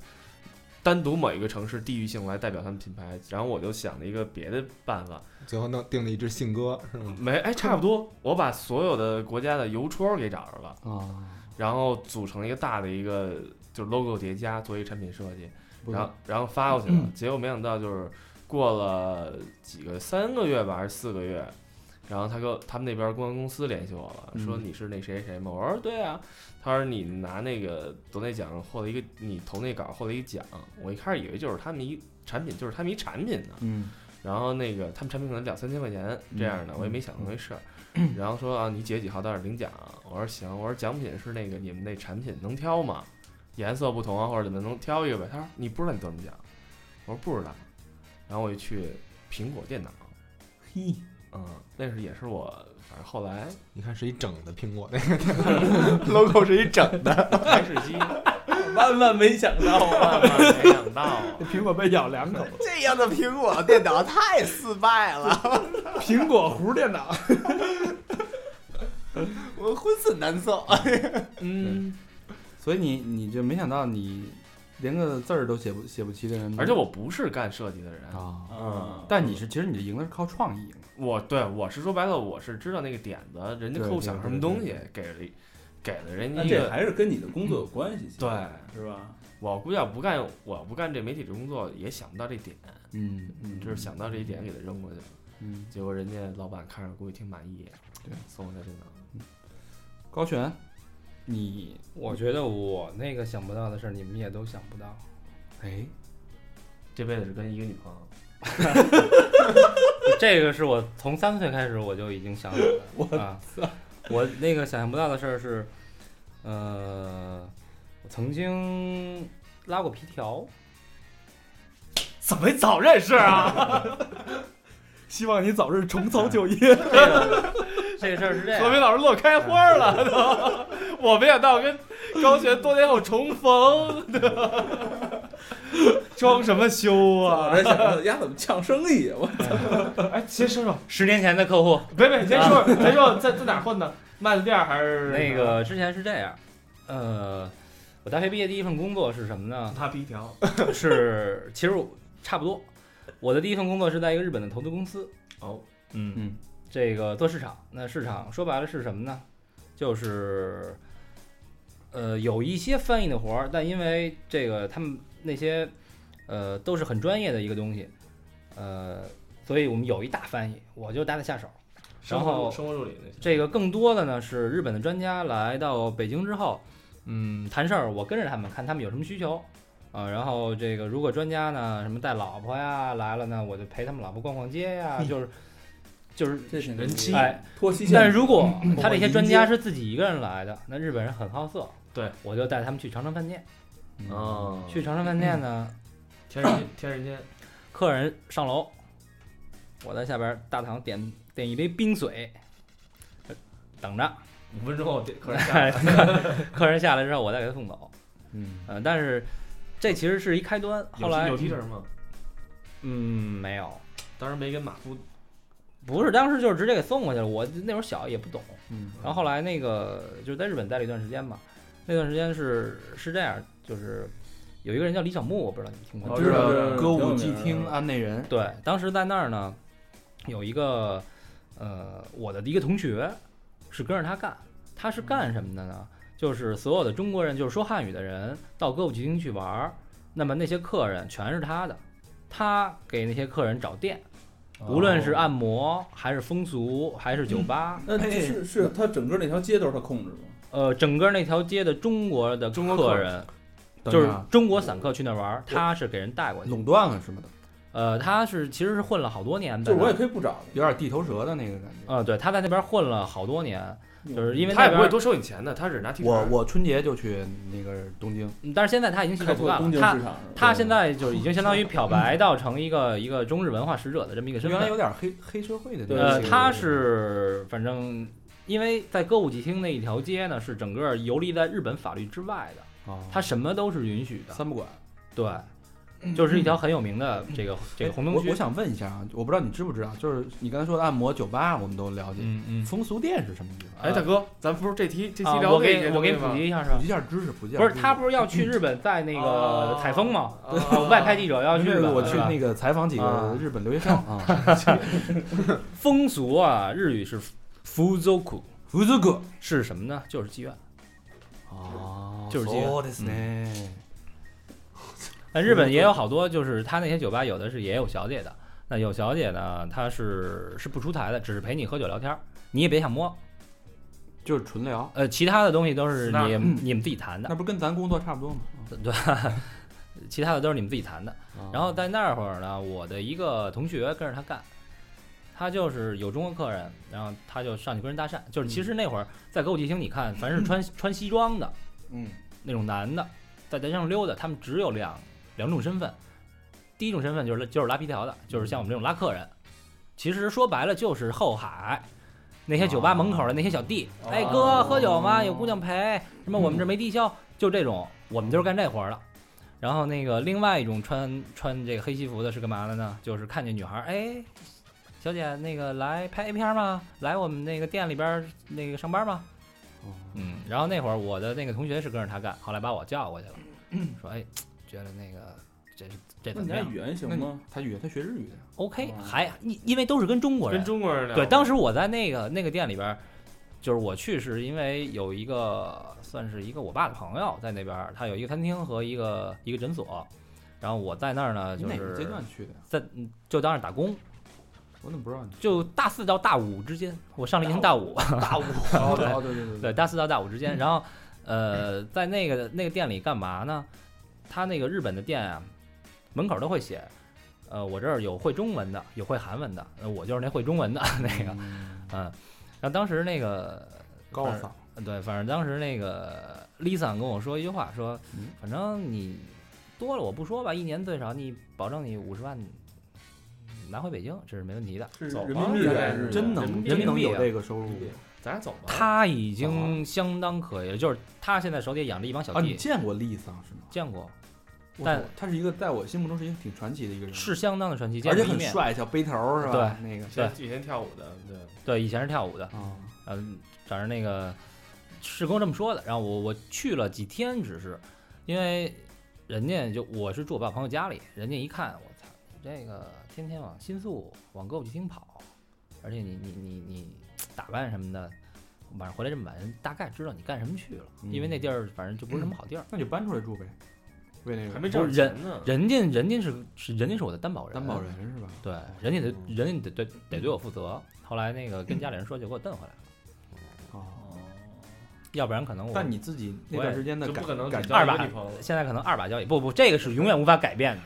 S4: 单独某一个城市地域性来代表他们品牌，然后我就想了一个别的办法，
S2: 最后弄定了一支信鸽是吗？
S4: 没哎差不多，我把所有的国家的邮戳给找着了，
S1: 啊，
S4: 然后组成一个大的一个就是 logo 叠加，做一个产品设计，
S1: 不
S4: 然
S1: 是嗯
S4: 后然后发过去了，结果没想到就是过了几个三个月吧，还是四个月，然后他跟我他们那边公关公司联系我了，说
S1: 嗯
S4: 你是那谁谁吗？我说对啊，他说你拿那个得那奖获了一个，你投那稿获了一奖，我一开始以为就是他们一产品，就是他们一产品呢，
S1: 嗯
S4: 然后那个他们产品可能两三千块钱这样的，
S1: 嗯
S4: 我也没想那么回事儿。然后说啊，你几月几号到这儿领奖？我说行，我说奖品是那个你们那产品能挑吗？颜色不同啊，或者怎么能挑一个呗？他说你不知道你得什么奖？我说不知道。然后我就去苹果电脑，
S1: (laughs) 嘿，
S4: 啊、
S9: 嗯，
S1: 那是也是我，反正后 (laughs) 来
S9: 你看是一整的苹果那个
S3: (laughs)
S9: logo 是一整的，
S1: 台式机，
S2: 万万没想到啊！
S1: 万
S4: (laughs)
S1: 万没想到啊，
S3: 苹果被咬
S2: (laughs)
S3: 两口，
S9: 这样的苹果电脑太失败了，
S3: 苹果核电脑。
S9: 我浑身难受。
S1: (laughs) 嗯，
S3: 所以你你就没想到你连个字儿都写不写不齐的人，
S1: 而且我不是干设计的人，
S3: 啊，
S2: 嗯，
S3: 但你是其实你的赢的是靠创意赢的，
S1: 我对我是说白了，我是知道那个点子，人家客户
S3: 对对
S1: 想
S3: 对
S1: 什么东西
S3: 对，
S1: 给了一给了人家
S2: 那
S1: 一
S2: 这
S1: 个，
S2: 还是跟你的工作有关系，其实
S1: 对
S2: 是吧？
S1: 我估计要不干我要不干这媒体这工作，也想不到这点，
S3: 嗯
S2: 嗯
S1: 就是想到这一点给他扔过去了，
S3: 嗯。
S1: 结果人家老板看着估计挺满意，
S3: 对，
S1: 送我台电脑。
S3: 高璇，你
S4: (laughs) 我觉得我那个想不到的事儿，你们也都想不到。
S3: 哎，
S1: 这辈子是跟一个女朋友，
S4: 这个是我从三岁开始我就已经想好了。我啊，我那个想象不到的事儿是，呃，我曾经拉过皮条，
S1: (laughs) 怎么早认识啊？
S3: 希望你早日重操旧业。
S2: (laughs)
S4: 这个 (laughs) 这个事儿是这
S1: 何明
S4: 样，嗯
S1: 老师乐开花了都， (laughs) 我没想到跟高璇多年后重逢，装什么羞
S2: 我
S1: 啊？
S2: 在想，丫怎么呛生意？我
S1: 哎，先说说，
S4: 十年前的客户，
S1: 北北，先说说，咱说在在哪儿混的？麦子店儿还是
S4: 那个之前是这样，呃，我大学毕业第一份工作是什么呢？
S1: 他皮条？
S4: 是其实我差不多，我的第一份工作是在一个日本的投资公司。
S1: 哦，
S4: 嗯
S3: 嗯，
S4: 这个做市场，那市场说白了是什么呢？就是呃有一些翻译的活儿，但因为这个他们那些呃都是很专业的一个东西，呃，所以我们有一大翻译，我就搭得下手。然后
S1: 生活助理那些。
S4: 这个更多的呢是日本的专家来到北京之后，嗯，谈事儿，我跟着他们看他们有什么需求，啊，然后这个如果专家呢什么带老婆呀来了呢，我就陪他们老婆逛逛街呀，就是就是
S2: 这挺
S1: 人妻
S4: 哎，
S2: 脱西
S4: 但
S2: 嗯线，嗯
S4: 如果他
S2: 我
S4: 这些
S2: 理
S4: 专家
S2: 解
S4: 是自己一个人来的，那日本人很好色，
S1: 对
S4: 我就带他们去长城饭店。
S1: 哦，
S4: 去长城饭店呢，
S2: 嗯
S1: 天人间，天人间，
S4: 客人上楼，我在下边大堂点点一杯冰水，呃等着
S1: 五分钟后客人下来。
S4: 客人下来之后，我再给他送走。
S3: 嗯，
S4: 嗯、但是这其实是一开端。后来
S1: 有提成吗？
S4: 嗯没有，
S1: 当时没跟马夫，
S4: 不是当时就是直接给送过去了。我那会儿小也不懂，
S3: 嗯，
S4: 然后后来那个呃就是在日本待了一段时间嘛，那段时间是是这样，就是有一个人叫李小牧，我不知道你们听过没
S2: 我
S4: 有。
S2: 哦知道知道
S3: 歌舞
S2: 挺
S3: 伎啊
S2: 有名
S3: 厅
S2: 的
S3: 案内人，
S4: 对，哎当时在那儿呢，有一个呃，我的一个同学是跟着他干，他是干什么的呢？就是所有的中国人，就是说汉语的人到歌舞伎町去玩儿，那么那些客人全是他的，他给那些客人找店，无论
S1: 哦
S4: 是按摩还是风俗还是
S1: 嗯
S4: 酒吧，
S2: 那
S3: 哎
S2: 是是他整个那条街都是他控制吗？
S4: 呃，整个那条街的中国的
S1: 中国客
S4: 客
S1: 人
S4: 人，
S3: 等
S4: 就
S3: 一
S4: 是
S3: 下
S1: 啊
S4: 中国散客去那儿玩儿，他是给人带过去的。
S3: 垄断了是吗？
S4: 呃，他是其实是混了好多年的，
S2: 就是我也可以不找
S3: 有点地头蛇的那个感觉。
S4: 呃，对，他在那边混了好多年，
S2: 嗯
S4: 就是因为
S1: 他也
S4: 那
S1: 不会
S4: 边，
S1: 多收你钱的，他只是拿提成。啊
S3: 我我春节就去那个东京，
S4: 嗯但是现在他已经洗手
S2: 他，开
S4: 不
S2: 拓
S4: 干了，
S2: 东京市
S4: 他
S2: 场。
S4: 他现在就是已经相当于漂白到成一个一个中日文化使者的这么一个身
S3: 原来有
S4: 份。
S3: 点黑黑社会的那
S2: 对
S3: 个
S4: 呃，
S3: 性质。
S4: 他是反正因为在歌舞伎町那一条街呢，是整个游离在日本法律之外的，
S3: 哦
S4: 他什么都是允许的。
S3: 三不管。
S4: 对，就是一条很有名的这个这个红灯
S3: 我
S4: 区
S3: 我。想问一下啊，我不知道你知不知道，就是你刚才说的按摩酒吧，我们都了解。
S4: 嗯嗯，
S3: 风俗店是什么地方？
S1: 哎，大哥，咱不是这题这期
S4: 啊，
S1: 聊
S4: 我
S1: 那些
S4: 给我
S1: 东西
S4: 给普
S1: 吗
S4: 及一下是
S3: 普
S4: 吧
S3: 及？一下知识，普及一下
S4: 不
S3: 知
S4: 是，
S3: 识。
S4: 他不是要去日本，在那个
S1: 哦
S4: 采风吗？
S1: 哦
S4: 外派记者要去
S3: 这
S4: 日
S3: 个
S4: 本，
S3: 我去
S4: 对吧
S3: 那个采访几个
S4: 啊
S3: 日本留学生啊，
S4: 风俗啊，日语是 fuzoku，
S3: 福子哥
S4: 是什么呢？就是妓院。
S3: 哦
S4: 就是这个
S3: そう
S2: 嗯
S3: ですね。
S4: 但日本也有好多，就是他那些酒吧有的是也有小姐的。那有小姐呢，她是是不出台的，只是陪你喝酒聊天儿，你也别想摸。
S3: 就是纯聊，
S4: 呃，其他的东西都是
S1: 那
S4: 你
S3: 嗯
S4: 你们自己谈
S3: 那
S4: 的，
S3: 不是跟咱工作差不多吗？
S4: 对，其他的都是你们自己谈的。
S3: 啊
S4: 然后在那会儿呢，我的一个同学跟着他干，他就是有中国客人，然后他就上去跟人搭讪。就是其实那会儿在歌舞伎町，你看凡是穿穿西装的，
S3: 嗯，
S4: 那种男的在街上溜达，他们只有两两种身份，第一种身份就是就是拉皮条的，就是像我们这种拉客人，
S1: 其实说白了就是后海。那些酒吧门口的那些小弟，
S4: 哦
S1: 哎哥喝酒
S3: 哦
S1: 吗？有姑娘陪，什么我们这没地销，就这种，我们就是干这活儿的。然后那个另外一种穿穿这个黑西服的是干嘛的呢？就是看见女孩儿，哎，小姐那个来拍 A 片儿吗？来我们那个店里边儿那个上班吗？
S3: 哦
S1: 嗯，然后那会儿我的那个同学是跟着他干，后来把我叫过去了，说哎，觉得那个这这
S4: 那
S1: 怎么
S4: 你家
S1: 样
S4: 语言行
S3: 那你
S4: 吗？
S3: 他语言，他学日语的呀。
S2: 哎
S1: ？OK，
S10: 啊
S4: 哦
S1: 还因因为都是跟中国人
S10: 跟，中国人聊。
S1: 对，当时我在那个那个店里边儿，就是我去是因为有一个算是一个我爸的朋友在那边儿，他有一个餐厅和一个一个诊所，然后我在那儿呢，
S3: 你
S1: 就
S3: 哪个阶
S1: 是
S3: 段去的呀？
S1: 在嗯就当是打工，
S3: 我怎么不知道你？
S1: 就大四到大五之间，我上了一年大五，大五，
S3: 哦哦对对对
S1: 对，大四到大五之
S3: 嗯
S1: 间，然后呃，在那个那个店里干嘛呢？他那个日本的店啊，门口都会写，呃，我这儿有会中文的，有会韩文的，呃我就是那会中文的那个，嗯，然后当时那个
S3: 高
S4: 哎
S1: 反
S3: 仿
S1: 对，反正当时那个 Lisa 跟我说一句话，说
S3: 嗯
S1: 反正你多了我不说吧，一年最少你保证你五十万拿回北京，这是没问题的。
S4: 是
S10: 走
S4: 人
S10: 吧
S4: 民币
S10: 原
S4: 还
S10: 来
S4: 是
S10: 是
S3: 真能真能有这个收入
S10: 咱俩走吧。
S1: 他已经相当可以了，哦就是他现在手底下养着一帮小
S3: 啊？
S1: 弟
S3: 你，见过 Lisa 是吗？
S1: 见过
S3: 我
S1: 但
S3: 操他是一个在我心目中是一个挺传奇的一个人，
S1: 是相当的传奇，见
S3: 而且
S1: 过一
S3: 很
S1: 面。
S3: 帅，小背头儿是吧？对，那个
S10: 以前以前跳舞的，对，
S1: 对，以前是跳舞的，
S3: 啊，
S1: 嗯，反正那个是跟我这么说的。然后我我去了几天，只是因为人家就我是住我爸朋友家里，人家一看我操，你这个天天往新宿往歌舞伎町跑，而且你你你你打扮什么的，晚上回来这么晚，人大概知道你干什么去了，
S10: 嗯
S1: 因为那地儿反正就不是什么好地儿。
S3: 那就搬出来住呗，为那
S10: 还
S3: 个
S10: 没挣着钱呢。
S1: 人家人家是是人家是我的担保人，
S3: 担保人是吧？
S1: 对，人家得
S10: 嗯
S1: 人家得对得对我
S10: (laughs)
S1: 负责。后来那个跟家里人说，就给我蹬回来了，
S3: 哦，
S1: 要不然可能我
S3: 但你自己那段时间的
S10: 就不可能
S3: 感感
S10: 只
S3: 觉
S10: 交一个
S1: 二百
S10: 女朋友，
S3: (laughs)
S1: 现在可能二把交椅，不不，这个是永远无法改变的。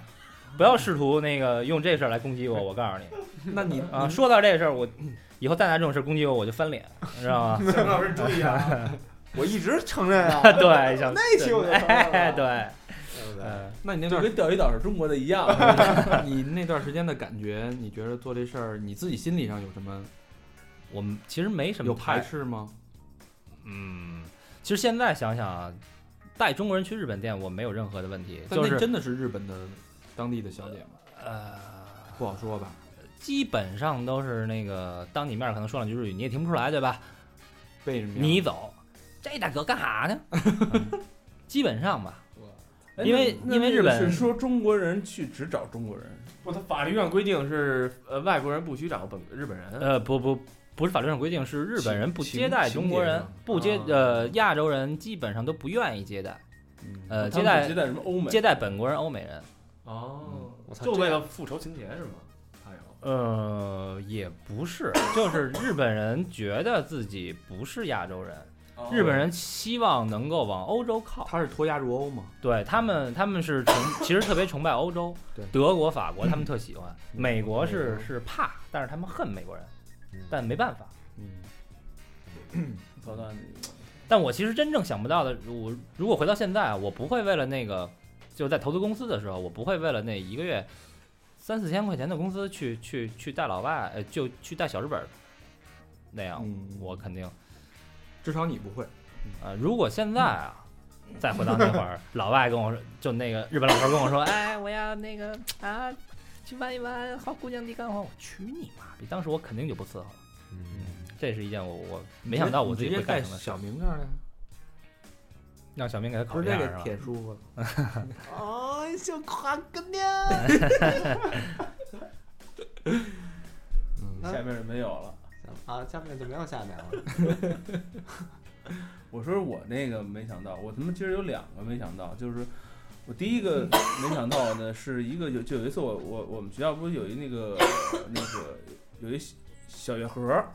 S1: 不要试图那个用这事儿来攻击我，我告诉你
S3: 那你
S1: 啊！说到这事儿，我以后再拿这种事儿攻击我，我就翻脸，你知道吗？
S10: 向老师注意啊！
S2: (laughs) 我一直承认啊，
S1: (laughs) 对，想
S2: 那期我就承
S1: 哎，
S2: 认了。
S1: (laughs) 对，
S10: 对不对
S1: 嗯，
S3: 那你那
S4: 就
S3: 段
S4: 跟钓鱼岛是中国的一样，
S3: 你 (laughs) 那段时间的感觉，你觉得做这事儿你自己心理上有什么
S1: 我们其实没什么
S3: 有排
S1: 太，
S3: 斥吗？
S1: 嗯，其实现在想想啊，带中国人去日本店，我没有任何的问题，
S3: 但
S1: 就
S3: 那
S1: 是
S3: 真的是日本的当地的小姐吗？
S1: 呃，
S3: 不好说吧，
S1: 基本上都是那个当你面儿可能说两句日语，你也听不出来，对吧？
S3: 为什么呀？
S1: 你一
S2: 哎
S1: 走，这大哥干啥
S4: (laughs)
S1: 呢？嗯基本上吧，
S4: 哎
S1: 因为
S4: 那
S1: 因为
S4: 那
S1: 日
S4: 个
S1: 本
S4: 是说中国人去只找中国人，
S10: 不，他法律上规定是呃外国人不许找本日本人。
S1: 呃，不不，不是法律上规定，是日本人不接待中国人
S3: 情情节上，
S1: 不接
S10: 啊
S1: 呃亚洲人基本上都不愿意接待，
S3: 嗯
S1: 呃
S4: 他
S1: 接待
S4: 们只接待什么欧美？
S1: 接待本国人、欧美人，
S4: 嗯
S10: 哦，
S1: 我操
S10: 就
S1: 这
S10: 为了复仇情节是吗？还有，
S1: 呃也不 (laughs) 是，就是日本人觉得自己不是亚洲人，
S4: 哦
S1: 日本人希望能够往欧洲靠，
S3: 他是脱亚入欧吗？
S1: 对他们他们是崇，其实特别崇拜欧洲
S3: 对，
S1: 德国、法国他们特喜欢，美国
S3: 美
S1: 是
S3: 国
S1: 是怕，但是他们恨美国人，但没办法。
S3: 嗯，
S4: 操蛋，
S1: 但我其实真正想不到的，我如果回到现在啊，我不会为了那个，就是在投资公司的时候，我不会为了那一个月三四千块钱的工资去去去带老外，呃，就去带小日本儿那样，
S3: 嗯
S1: 我肯定
S3: 至少你不会。
S1: 呃，如果现在啊，再回到那会儿，老外跟我说，就那个日本老头跟我说，哎，我要那个啊，去玩一玩，好姑娘地干活，我去你妈逼！当时我肯定就不伺候了，这是一件我我没想到我自己
S3: 你直
S1: 会
S3: 接盖
S1: 干成的事
S3: 小。明这儿来，
S1: 让小明给他
S3: 不
S1: 考虑
S3: 是
S1: 一
S3: 这
S1: 下是
S3: 个
S1: 吧？
S3: 舔舒服。
S4: 哎
S2: 哦，小夸哥呢？
S4: (laughs)
S3: 嗯，
S4: 下面就没有了。
S2: 啊，下面就没有下面了。
S4: 我说我那个没想到，我他妈其实有两个没想到，就是我第一
S10: (laughs)
S4: 个没想到的是一个有就有一次我我我们学校不是有一那个呃那个有一小小月河儿，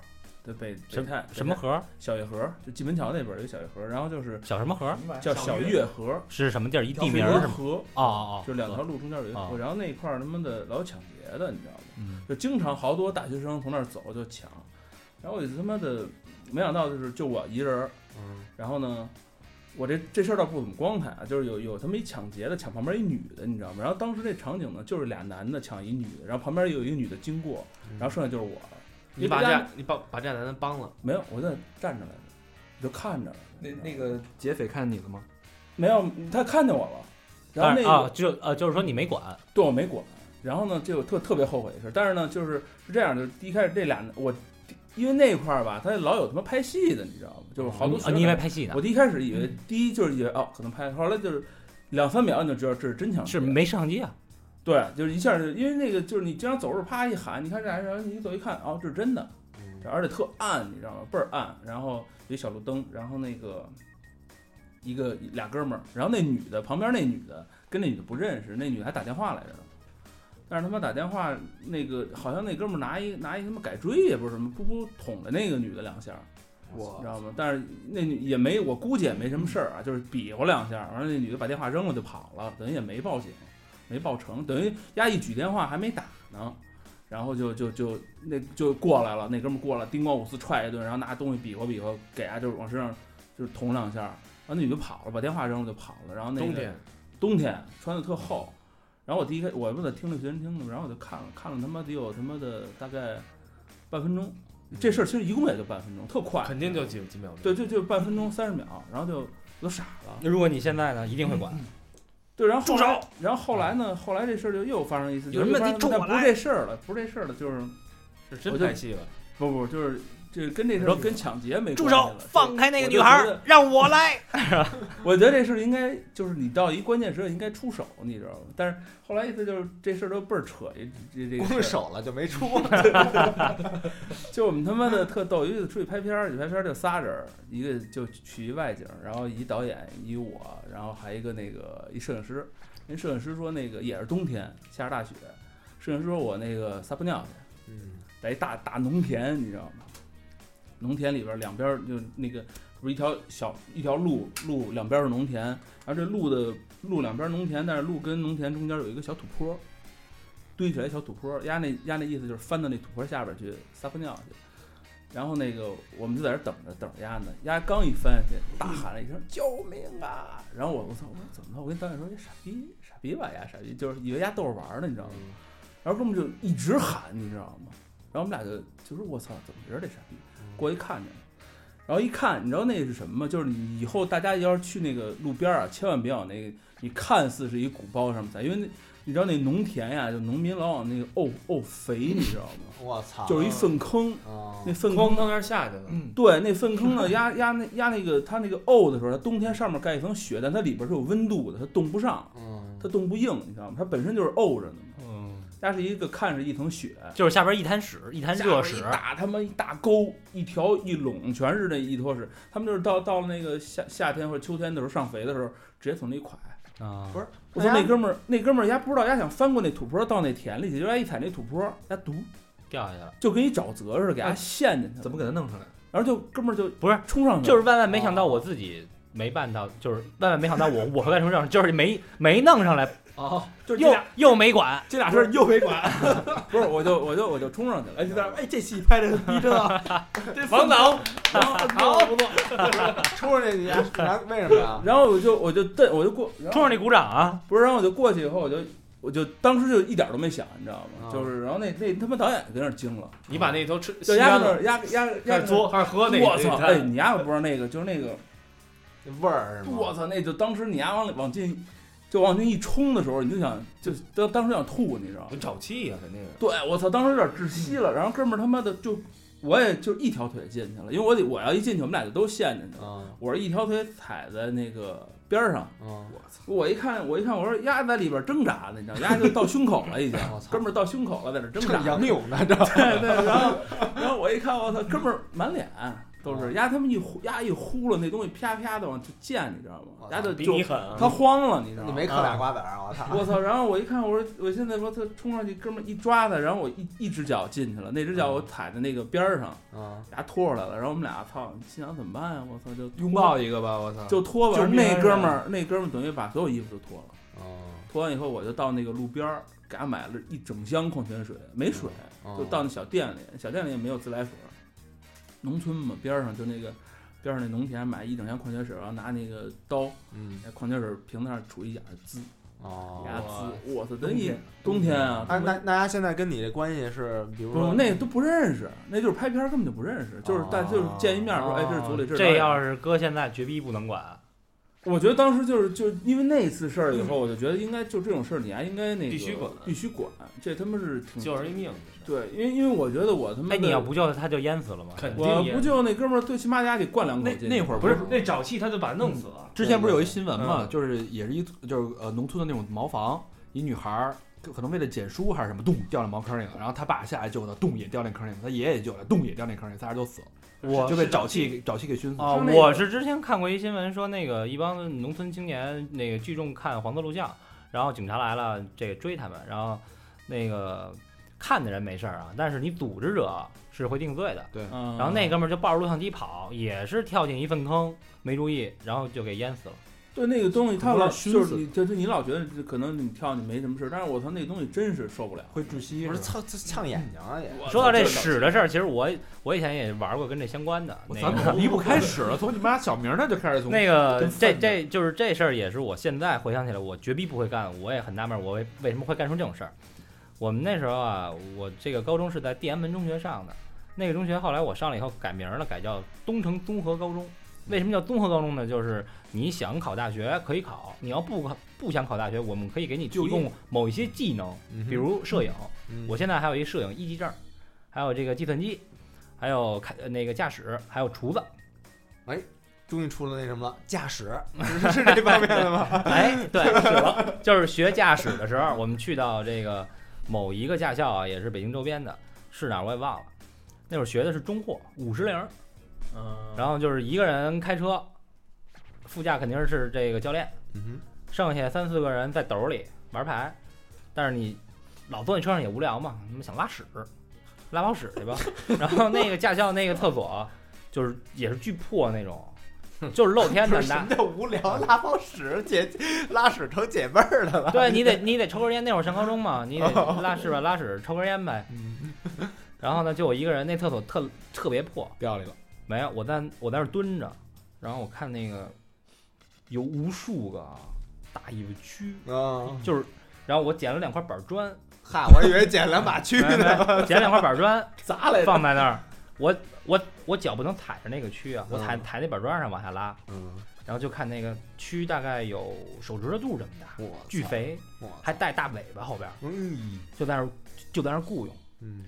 S4: 对北北
S1: 什
S4: 太
S1: 什么
S4: 北太
S1: 河？
S4: 小月河儿，就蓟门桥那边儿有一小月河儿，然后就是
S1: 小什么河？
S4: 叫小月河儿，
S1: 是什么地儿？一
S4: 小
S1: 地名
S4: 月
S1: 儿是吗？
S4: 河，
S1: 哦哦哦，
S4: 就两条路中间有一
S1: 啊
S4: 河，然后那一块儿他妈的老有抢劫的，你知道吗？
S1: 嗯
S4: 就经常好多大学生从那儿走就抢，嗯然后我就他妈的没想到就是就我一人，儿，然后呢，
S3: 我这这事儿倒不怎么光彩啊，就是有有他妈一抢劫的抢旁边一女的，你知道吗？然后当时那场景呢，就是俩男的抢一女的，然后旁边有一个女的经过，
S2: 嗯
S3: 然后剩下就是我了。
S4: 你把这你把把这男的帮了，
S3: 没有，我在那站着来着，我就看着了。
S1: 那那
S3: 嗯
S1: 个劫匪看你了吗？
S3: 没有，他看见我了，然后那
S6: 但是
S3: 个、
S6: 啊，就啊，就是说你没管，
S3: 对我没管。然后呢，就特特别后悔的事儿。但是呢，就是是这样，就是一开始这俩我，因为那块儿吧，他老有他妈拍戏的，你知道吗？就是好多
S6: 啊，你以为拍戏呢
S3: 我？第一开始以为，第一就是以为哦，可能拍，后来就是两三秒你就知道这是真枪
S6: 是
S3: 击
S6: 没摄像机啊？
S3: 对，就是一下就因为那个就是你经常走路啪一喊，你看这还是你一走一看，哦，这是真的，而且特暗，你知道吗？倍儿暗，然后有一小路灯，然后那个一个俩哥们儿，然后那女的旁边那女的跟那女的不认识，那女的还打电话来着呢。但是他妈打电话，那个好像那哥们儿拿一拿一他妈改锥也不是什么，噗噗捅了那个女的两下，你
S1: 我
S3: 知道吗？但是那女也没，我估计也没什么事儿啊，就是比划两下，完了那女的把电话扔了就跑了，等于也没报警，没报成，等于丫一举电话还没打呢，然后就就就那就过来了，那哥们儿过来，叮咣五四踹一顿，然后拿东西比划比划，给丫就是往身上就是捅两下，完了那女的跑了，把电话扔了就跑了，然后那个
S4: 冬天
S3: 冬天穿的特厚，然后我第一开我不在听着学生听着，然后我就看了看了他妈得有他妈的大概半分钟，这事儿其实一共也就半分钟，特快，
S4: 肯定就几几秒钟。
S3: 对，就就半分钟三十秒，然后就我都傻了。
S6: 如果你现在呢，啊一定会管。
S3: 对，然后住手。然后后来呢？后来这事儿就又发生一次，
S5: 有什么问题
S3: 就是
S5: 冲我
S3: 但不是这事儿了，不是这事儿了，就是
S4: 是真
S3: 我就
S4: 拍戏了。
S3: 不不就是这跟这事儿跟抢劫没关系
S5: 住
S3: 了
S5: 手！放开那个女孩
S3: 我就觉得
S5: 儿，让我
S3: (laughs)
S5: 来。
S3: 我觉得这事儿应该就是你到一关键时刻应该出手，你知道吗？但是后来意思就是这事儿都倍儿扯，这这这
S2: 光
S3: 个事儿
S2: 手了就没
S3: (laughs)
S2: 出，
S3: 就我们他妈的特逗，有一次出去拍片儿，去拍片儿就仨人儿，一个就取一外景儿，然后一导演，一我，然后还一个那个一摄影师。人摄影师说那个也是冬天，下着大雪，摄影师说我那个撒泡尿去，
S2: 嗯，
S3: 在一大大农田，你知道吗？农田里边儿两边儿就那个不是一条小一条路，路两边儿是农田，然后这路的路两边儿农田，但是路跟农田中间有一个小土坡，堆起来一小土坡，压那压那意思就是翻到那土坡下边儿去撒泡尿去。然后那个我们就在这儿等着等着鸭呢，鸭刚一翻下去，大喊了一声“救命啊！”然后我我操，我说怎么了？我跟导演说，这哎傻逼傻逼吧，鸭傻逼，就是以为鸭逗着玩儿呢，你知道吗？然后哥们就一直喊，你知道吗？然后我们俩就就说：“我操，怎么回事？这傻逼！”过去看见了，然后一看，你知道那是什么吗？就是你以后大家要是去那个路边啊，千万别往那个你看似是一鼓包上面撒，因为那你知道那农田呀，就农民老往那个沤沤肥，你知道吗？
S2: 我操，
S3: 就是一粪坑，
S2: 啊
S3: 那，粪
S4: 哐
S3: 坑
S4: 当那儿下去了，
S3: 对，那粪坑呢，压压那压那个它那个沤的时候，它冬天上面盖一层雪，但它里边是有温度的，它冻不上，
S2: 嗯，
S3: 它冻不硬，你知道吗？它本身就是沤着的嘛。
S6: 嗯，
S3: 它是一个看着一层雪，
S6: 就是下边一滩屎，一滩热屎
S3: 下边一，大他妈一大沟，一条一垄全是那一坨屎。他们就是到到了那个夏夏天或者秋天的时候上肥的时候，直接从那一蒯。
S6: 啊
S2: 不是
S3: 我操，那哥们儿那哥们儿丫不知道丫想翻过那土坡到那田里去，就丫一踩那土坡，丫毒
S6: 掉下去了。
S3: 就跟一沼泽似的给丫陷进去了。
S1: 哎怎么给他弄上来？
S3: 然后就哥们儿就
S6: 不是
S3: 冲上去了，
S6: 就是万万没想到
S3: 哦
S6: 我自己没办到，就是万万没想到我我和干什么上，就是没没弄上来，
S1: 哦，
S3: 就是这
S6: 又
S3: 俩
S6: 又没管，
S3: 这俩事
S1: 不
S3: 儿
S1: 是又没管，
S3: (laughs) 不是，我就我就我就冲上去了，
S1: 哎，就在那
S3: 然
S1: 儿哎，这戏拍的逼真啊！
S3: (laughs)
S1: 这
S6: 王导
S2: (laughs) 出去那女丫，然后
S3: 后不错，
S2: 为什么呀？
S3: 然后我就我就蹬我就过，然后
S6: 冲上去鼓掌啊！
S3: 不是，然后我就过去以后，我就我就当时就一点都没想，你知道吗？
S2: 啊
S3: 就是，然后那那他妈导演跟那儿惊了，
S4: 你把那头吃
S3: 就
S4: 吸
S3: 压
S4: 干
S3: 那
S4: 了，
S3: 儿压压压
S5: 开始作，开始喝那个。
S3: 我操！哎，你丫可不知道那个，就是那个，
S2: 那味儿是吗？
S3: 我操，那就当时你丫往里往进，就往进一冲的时候，你就想，就当当时想吐，你知道吗
S4: 有？沼气呀，肯定。
S3: 对，我操，当时有点窒息了。然后哥们儿他妈的就，我也就一条腿进去了，因为我得我要一进去，我们俩就都陷进去了。
S2: 嗯
S3: 我是一条腿踩在那个边儿上，
S2: 嗯，
S3: 我一看，我一看，我说丫在里边挣扎呢，你知道，丫就到胸口了，已经
S2: 我，操
S3: 哥们儿到胸口了，在这挣
S2: 正
S3: (laughs) 扎。
S2: 仰泳呢，这
S3: 对对，然后 (laughs) 然后我一看，我操，哥们儿满脸都是，丫他们一呼丫一呼噜，那东西啪啪的往就溅，你知道吗
S2: 我？操
S3: 丫就
S6: 比
S3: 就
S6: 你狠啊，
S3: 他慌了，你知道吗？
S2: 你没嗑俩瓜子儿，我操！
S3: 我操！然后我一看，我说我现在说他冲上去，哥们儿一抓他，然后我一一只脚进去了，那只脚我踩在那个边儿上，
S2: 嗯，
S3: 丫拖出来了，然后我们俩操，心想怎么办呀？啊我操，就
S1: 拥抱一个吧，我操！
S3: 就脱吧。
S1: 救命啊
S3: 那哥们儿那哥们儿等于把所有衣服都脱了。
S2: 嗯，
S3: 脱完以后，我就到那个路边儿给他买了一整箱矿泉水，没水，
S2: 嗯
S3: 就到那小店里，小店里也没有自来水，农村嘛，边儿上就那个边上那农田买一整箱矿泉水，然后拿那个刀
S4: 嗯，
S3: 在矿泉水瓶子上杵一眼儿滋，
S2: 哦
S3: 牙
S4: 哇
S3: 滋，我操！等你冬天啊，
S2: 哎，那那家现在跟你这关系是，比如
S3: 不是
S2: 说
S3: 那都不认识，那就是拍片儿根本就不认识，就是
S2: 哦
S3: 但就是见一面儿说，哎，这是组里，是导
S6: 哦这
S3: 演
S6: 要是搁现在绝逼不能管，
S3: 我觉得当时就是就是因为那次事儿以后，我就觉得应该就这种事儿，你还应该那个
S4: 必须管
S3: 必须管，这他妈是挺
S4: 救人一命这是，
S3: 对，因为因为我觉得我他妈
S6: 哎，
S3: 的
S6: 你要不救他，他就淹死了吗？
S4: 肯
S3: 我
S4: 定
S3: 不
S4: 也
S3: 救那哥们儿，最起码得灌两口
S1: 那
S3: 进去。
S1: 那会儿
S5: 不
S1: 是嗯
S5: 是那沼气，他就把他弄死了。
S1: 之前不是有一新闻嘛，就是也是一就是呃农村的那种茅房，一女孩儿可可能为了捡书还是什么，咚掉到茅坑里了，然后她爸下来救她，咚也掉那坑里了，她爷爷也救了，咚也掉那坑里，仨人都死了，
S6: 我
S1: 就被沼气给沼气给熏死了。
S6: 啊，
S3: 就是那
S6: 我
S3: 个
S6: 是之前看过一新闻，说那个一帮农村青年那个聚众看黄色录像，然后警察来了，这个追他们，然后那个看的人没事儿啊，但是你组织者是会定罪的。
S3: 嗯，
S6: 然后那哥们儿就抱着录像机跑，也是跳进一粪坑，没注意，然后就给淹死了。
S3: 对那个东西，他
S1: 不知道
S3: 老
S1: 熏
S3: 就是
S1: 死
S3: 你，就是你老觉得这可能你跳你没什么事儿，但是我操，那东西真是受不了。
S1: 会窒息
S2: 不是
S1: 是吧，
S2: 操，这呛眼睛啊也。
S6: 说到这屎的事儿，其实我我以前也玩过跟这相关的。
S1: 我
S6: 那
S1: 咱
S6: 个
S1: 们离不开屎了，从你妈小名儿那就开始从
S6: 那个
S1: 跟粪
S6: 这
S1: 的
S6: 这就是这事儿，也是我现在回想起来，我绝逼不会干，我也很纳闷，我为为什么会干出这种事儿。我们那时候啊，我这个高中是在地安门中学上的，那个中学后来我上了以后改名了，改叫东城综合高中。为什么叫综合高中呢？就是你想考大学可以考，你要不考不想考大学，我们可以给你提
S1: 就业
S6: 供某一些技能，比如摄影。
S2: 嗯
S6: 我现在还有一摄影一级证儿，还有这个计算机，还有开呃那个驾驶，还有厨子。
S2: 终于出了那什么了，驾驶是是这方面的吗？
S6: 哎，对，是了，就是学驾驶的时候，我们去到这个某一个驾校啊，也是北京周边的，是哪儿我也忘了。那会儿学的是中货五十铃儿，
S3: 嗯，
S6: 然后就是一个人开车，副驾肯定是这个教练，
S2: (laughs) 嗯
S6: 剩下三四个人在斗里玩牌，但是你老坐在车上也无聊嘛，你们想拉屎，拉泡屎去 (laughs) 吧。然后那个驾校那个厕所就是也是巨破那种， (laughs) 就是露天的，
S2: 什
S6: 拿
S2: 么叫无聊拉泡屎解拉屎成解味儿的了？
S6: (laughs) 对你得你得抽根烟，那会儿上高中嘛，你得拉屎吧，拉屎抽根烟呗。然后呢，就我一个人，那厕所特特别破，
S1: 掉里了，
S6: 没有我在我在那儿蹲着，然后我看那个有无数个啊大尾巴蛆，
S2: 嗯，
S6: 就是，然后我捡了两块板砖，
S2: 嗨，我以为捡两把蛆
S6: 没没
S2: 呢。
S6: 捡两块板砖
S2: 砸来着
S6: 放在那儿，我我我脚不能踩着那个蛆啊，我踩
S2: 嗯
S6: 踩那板砖上往下拉，
S2: (laughs) 嗯，
S6: 然后就看那个蛆大概有手指头肚这么大，
S2: 我
S6: 巨，肥，
S2: 我
S6: 还带大尾巴后边儿，
S2: 嗯
S6: 就在那儿就在那儿雇佣。
S2: 嗯，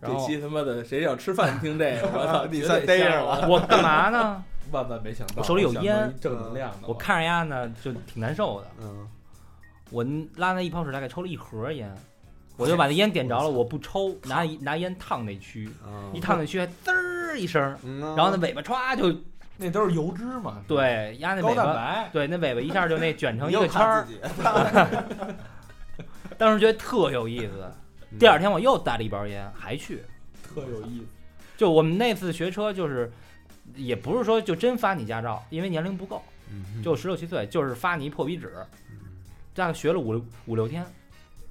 S6: 然
S3: 这
S6: 后
S3: 期他妈的谁想吃饭听
S1: (laughs)
S3: 这个，我操，
S2: 你算
S3: 绝
S2: 逮
S3: 对
S2: 着
S3: 吓
S2: 了。
S6: 我干嘛呢？
S1: 万万没想到，
S6: 我手里有
S1: 想
S6: 烟
S1: 到
S6: 嗯
S1: 一正能量的，
S6: 我看着丫呢就挺难受的。
S2: 嗯，
S6: 我拉那一泡屎大概抽了一盒烟，我就把那烟点着了，我不抽，拿一拿烟烫那蛆，
S2: 嗯
S6: 一烫那蛆还滋儿一声，
S2: 嗯啊
S6: 然后那尾巴歘就
S1: 那都是油脂嘛，，
S6: 对压那
S1: 高
S6: 尾
S1: 蛋
S6: 巴，
S1: 白，
S6: 对那尾巴一下就那卷成
S2: 你
S6: 一
S2: 又
S6: 个圈
S2: 看
S6: 儿，
S2: 自己，
S6: 当时觉得特有意思。
S1: 嗯
S6: 第二天我又带了一包烟还去，
S1: 特有意思。
S6: 就我们那次学车就是，也不是说就真发你驾照，因为年龄不够，
S2: 嗯
S6: 就十六七岁，就是发你一破壁纸，
S2: 嗯
S6: 大概学了五六五六天，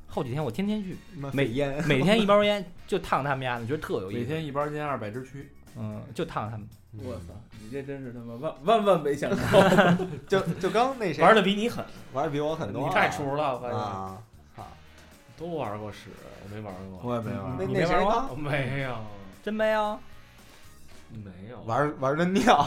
S6: 后几天我天天去，
S2: 妈
S6: 每
S2: 美
S6: (laughs)
S2: 烟，
S6: 每天一包烟就烫他们家，你觉得特有意思。
S1: 每天一包烟，二百支蛆，
S6: 嗯，就烫他们，
S3: 我
S1: 嗯
S3: 操，你这真是他妈万万万没想到。
S2: 就就刚那谁
S5: 玩的比你狠，
S2: 玩的比我很多啊，
S5: 你太厨了，我发现。
S2: 啊，
S4: 都玩过屎，我没玩过，
S1: 我也没玩过。
S2: 那
S5: 你
S2: 那
S5: 没
S2: 谁
S5: 玩
S2: 刚
S5: 过？没有，
S6: 真啊没有。
S4: 没有，
S2: 玩玩的尿，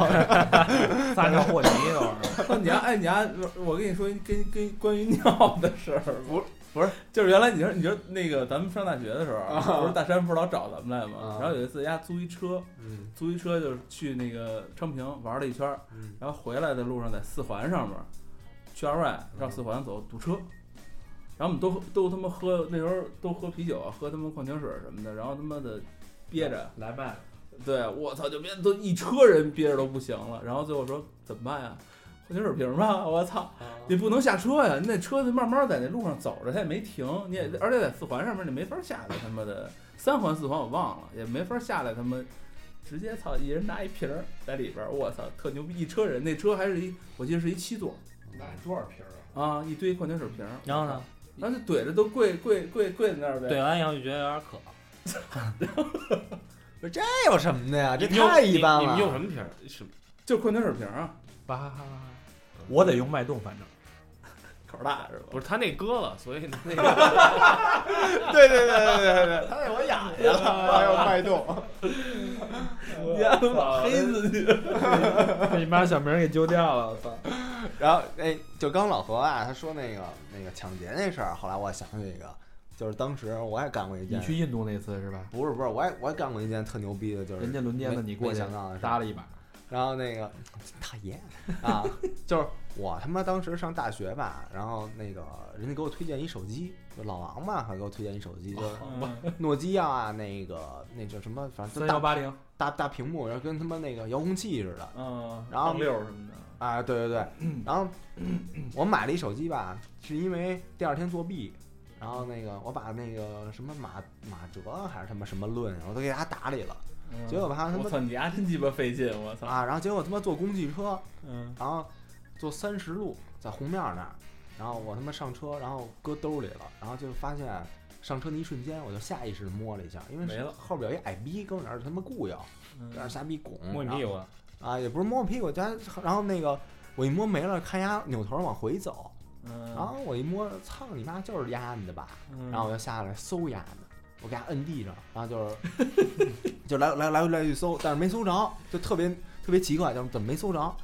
S1: 撒尿和泥那玩意
S6: (laughs)
S1: 儿。
S3: 那你要哎，你要我跟你说一跟跟关于尿的事儿，不是不是，就是原来你说你说那个咱们上大学的时候，啊不是大山不是老找咱们来吗
S2: 啊？
S3: 然后有一次人家租一车，
S2: 嗯
S3: 租一车就是去那个昌平玩了一圈儿，
S2: 嗯
S3: 然后回来的路上在四环上面去二外绕四环走堵车，然后我们都都他妈喝那时候都喝啤酒啊，喝他妈矿泉水什么的，然后他妈的憋着，
S4: 来吧，
S3: 对我操，就憋都一车人憋着都不行了，然后最后说怎么办呀？矿泉水瓶吧，我操！你不能下车呀，你那车慢慢在那路上走着，它也没停，你也而且在四环上面你没法下来，他妈的三环四环我忘了，也没法下来，他妈直接操一人拿一瓶儿在里边儿，我操特牛逼，一车人那车还是一我记得是一七座
S1: 买多少瓶啊？
S3: 啊，一堆矿泉水瓶儿，
S6: 然后呢，
S3: 然后就啊怼着都跪跪跪跪在那儿呗，
S6: 怼完以后就觉得有点渴，
S2: 不是这有什么的呀？这
S4: 你们用
S2: 太一般
S4: 你你们用
S2: 了。
S4: 什么瓶儿？什么？
S3: 就矿泉水瓶啊，
S1: 吧，我得用脉动，反正
S2: 口大是吧？
S4: 不是他那割了，所以那个
S2: 对对对对对对，他让我哑去了，还有脉动。
S3: 你还能把黑自己？
S1: 你把小明给揪掉了，我操！
S2: 然后哎，就刚老何啊，他说那个那个抢劫那事儿，后来我想起一个，就是当时我也干过一
S1: 你
S2: 件，
S1: 去印度那次是吧？
S2: 不是不是，我也我也干过一件特牛逼的，就是
S1: 人家轮奸的，
S2: 没
S1: 你过
S2: 没
S1: 去
S2: 想到的事儿
S1: 搭了一把，
S2: 然后那个大爷
S1: (laughs)
S2: 啊，就是我他妈当时上大学吧，然后那个人家给我推荐一手机，就老王吧，还给我推荐一手
S1: (laughs)
S2: 机，就是诺基亚啊，那个那叫什么，反正
S1: 三
S2: 就
S1: 幺
S2: 大
S1: 八零，
S2: 大大屏幕，然后跟他妈那个遥控器似的
S3: 嗯，
S2: 然后
S3: 放六什么的，
S2: 啊，对对
S3: (clears throat)
S2: 对，然后我买了一手机吧，是因为第二天作弊。然后那个，我把那个什么马马哲还是他妈什么论，我都给他打理了。
S3: 嗯
S2: 结果吧，他
S3: 我
S2: 妈
S3: 操，你丫真鸡巴费劲，我操！
S2: 啊，然后结果他妈坐公汽车，
S3: 嗯，
S2: 然后坐三十路，在红庙那儿，然后我他妈上车，然后搁兜里了，然后就发现上车那一瞬间，我就下意识地摸了一下，因为
S3: 没了
S2: 后边有一矮逼跟我那儿他妈固咬，
S3: 嗯
S2: 在那儿瞎逼拱，
S6: 摸你
S2: 然后
S6: 屁股了，
S2: 啊，也不是摸我屁股，他然后那个我一摸没了，看丫扭头往回走，
S3: 嗯，
S2: 然后我一摸，操你妈，就是丫的吧，
S3: 嗯，
S2: 啊然后我就下来搜丫的。我给他摁地上，然后就是
S3: (laughs)
S2: 就来来来来去搜，但是没搜着，就特别特别奇怪，就是怎么没搜着，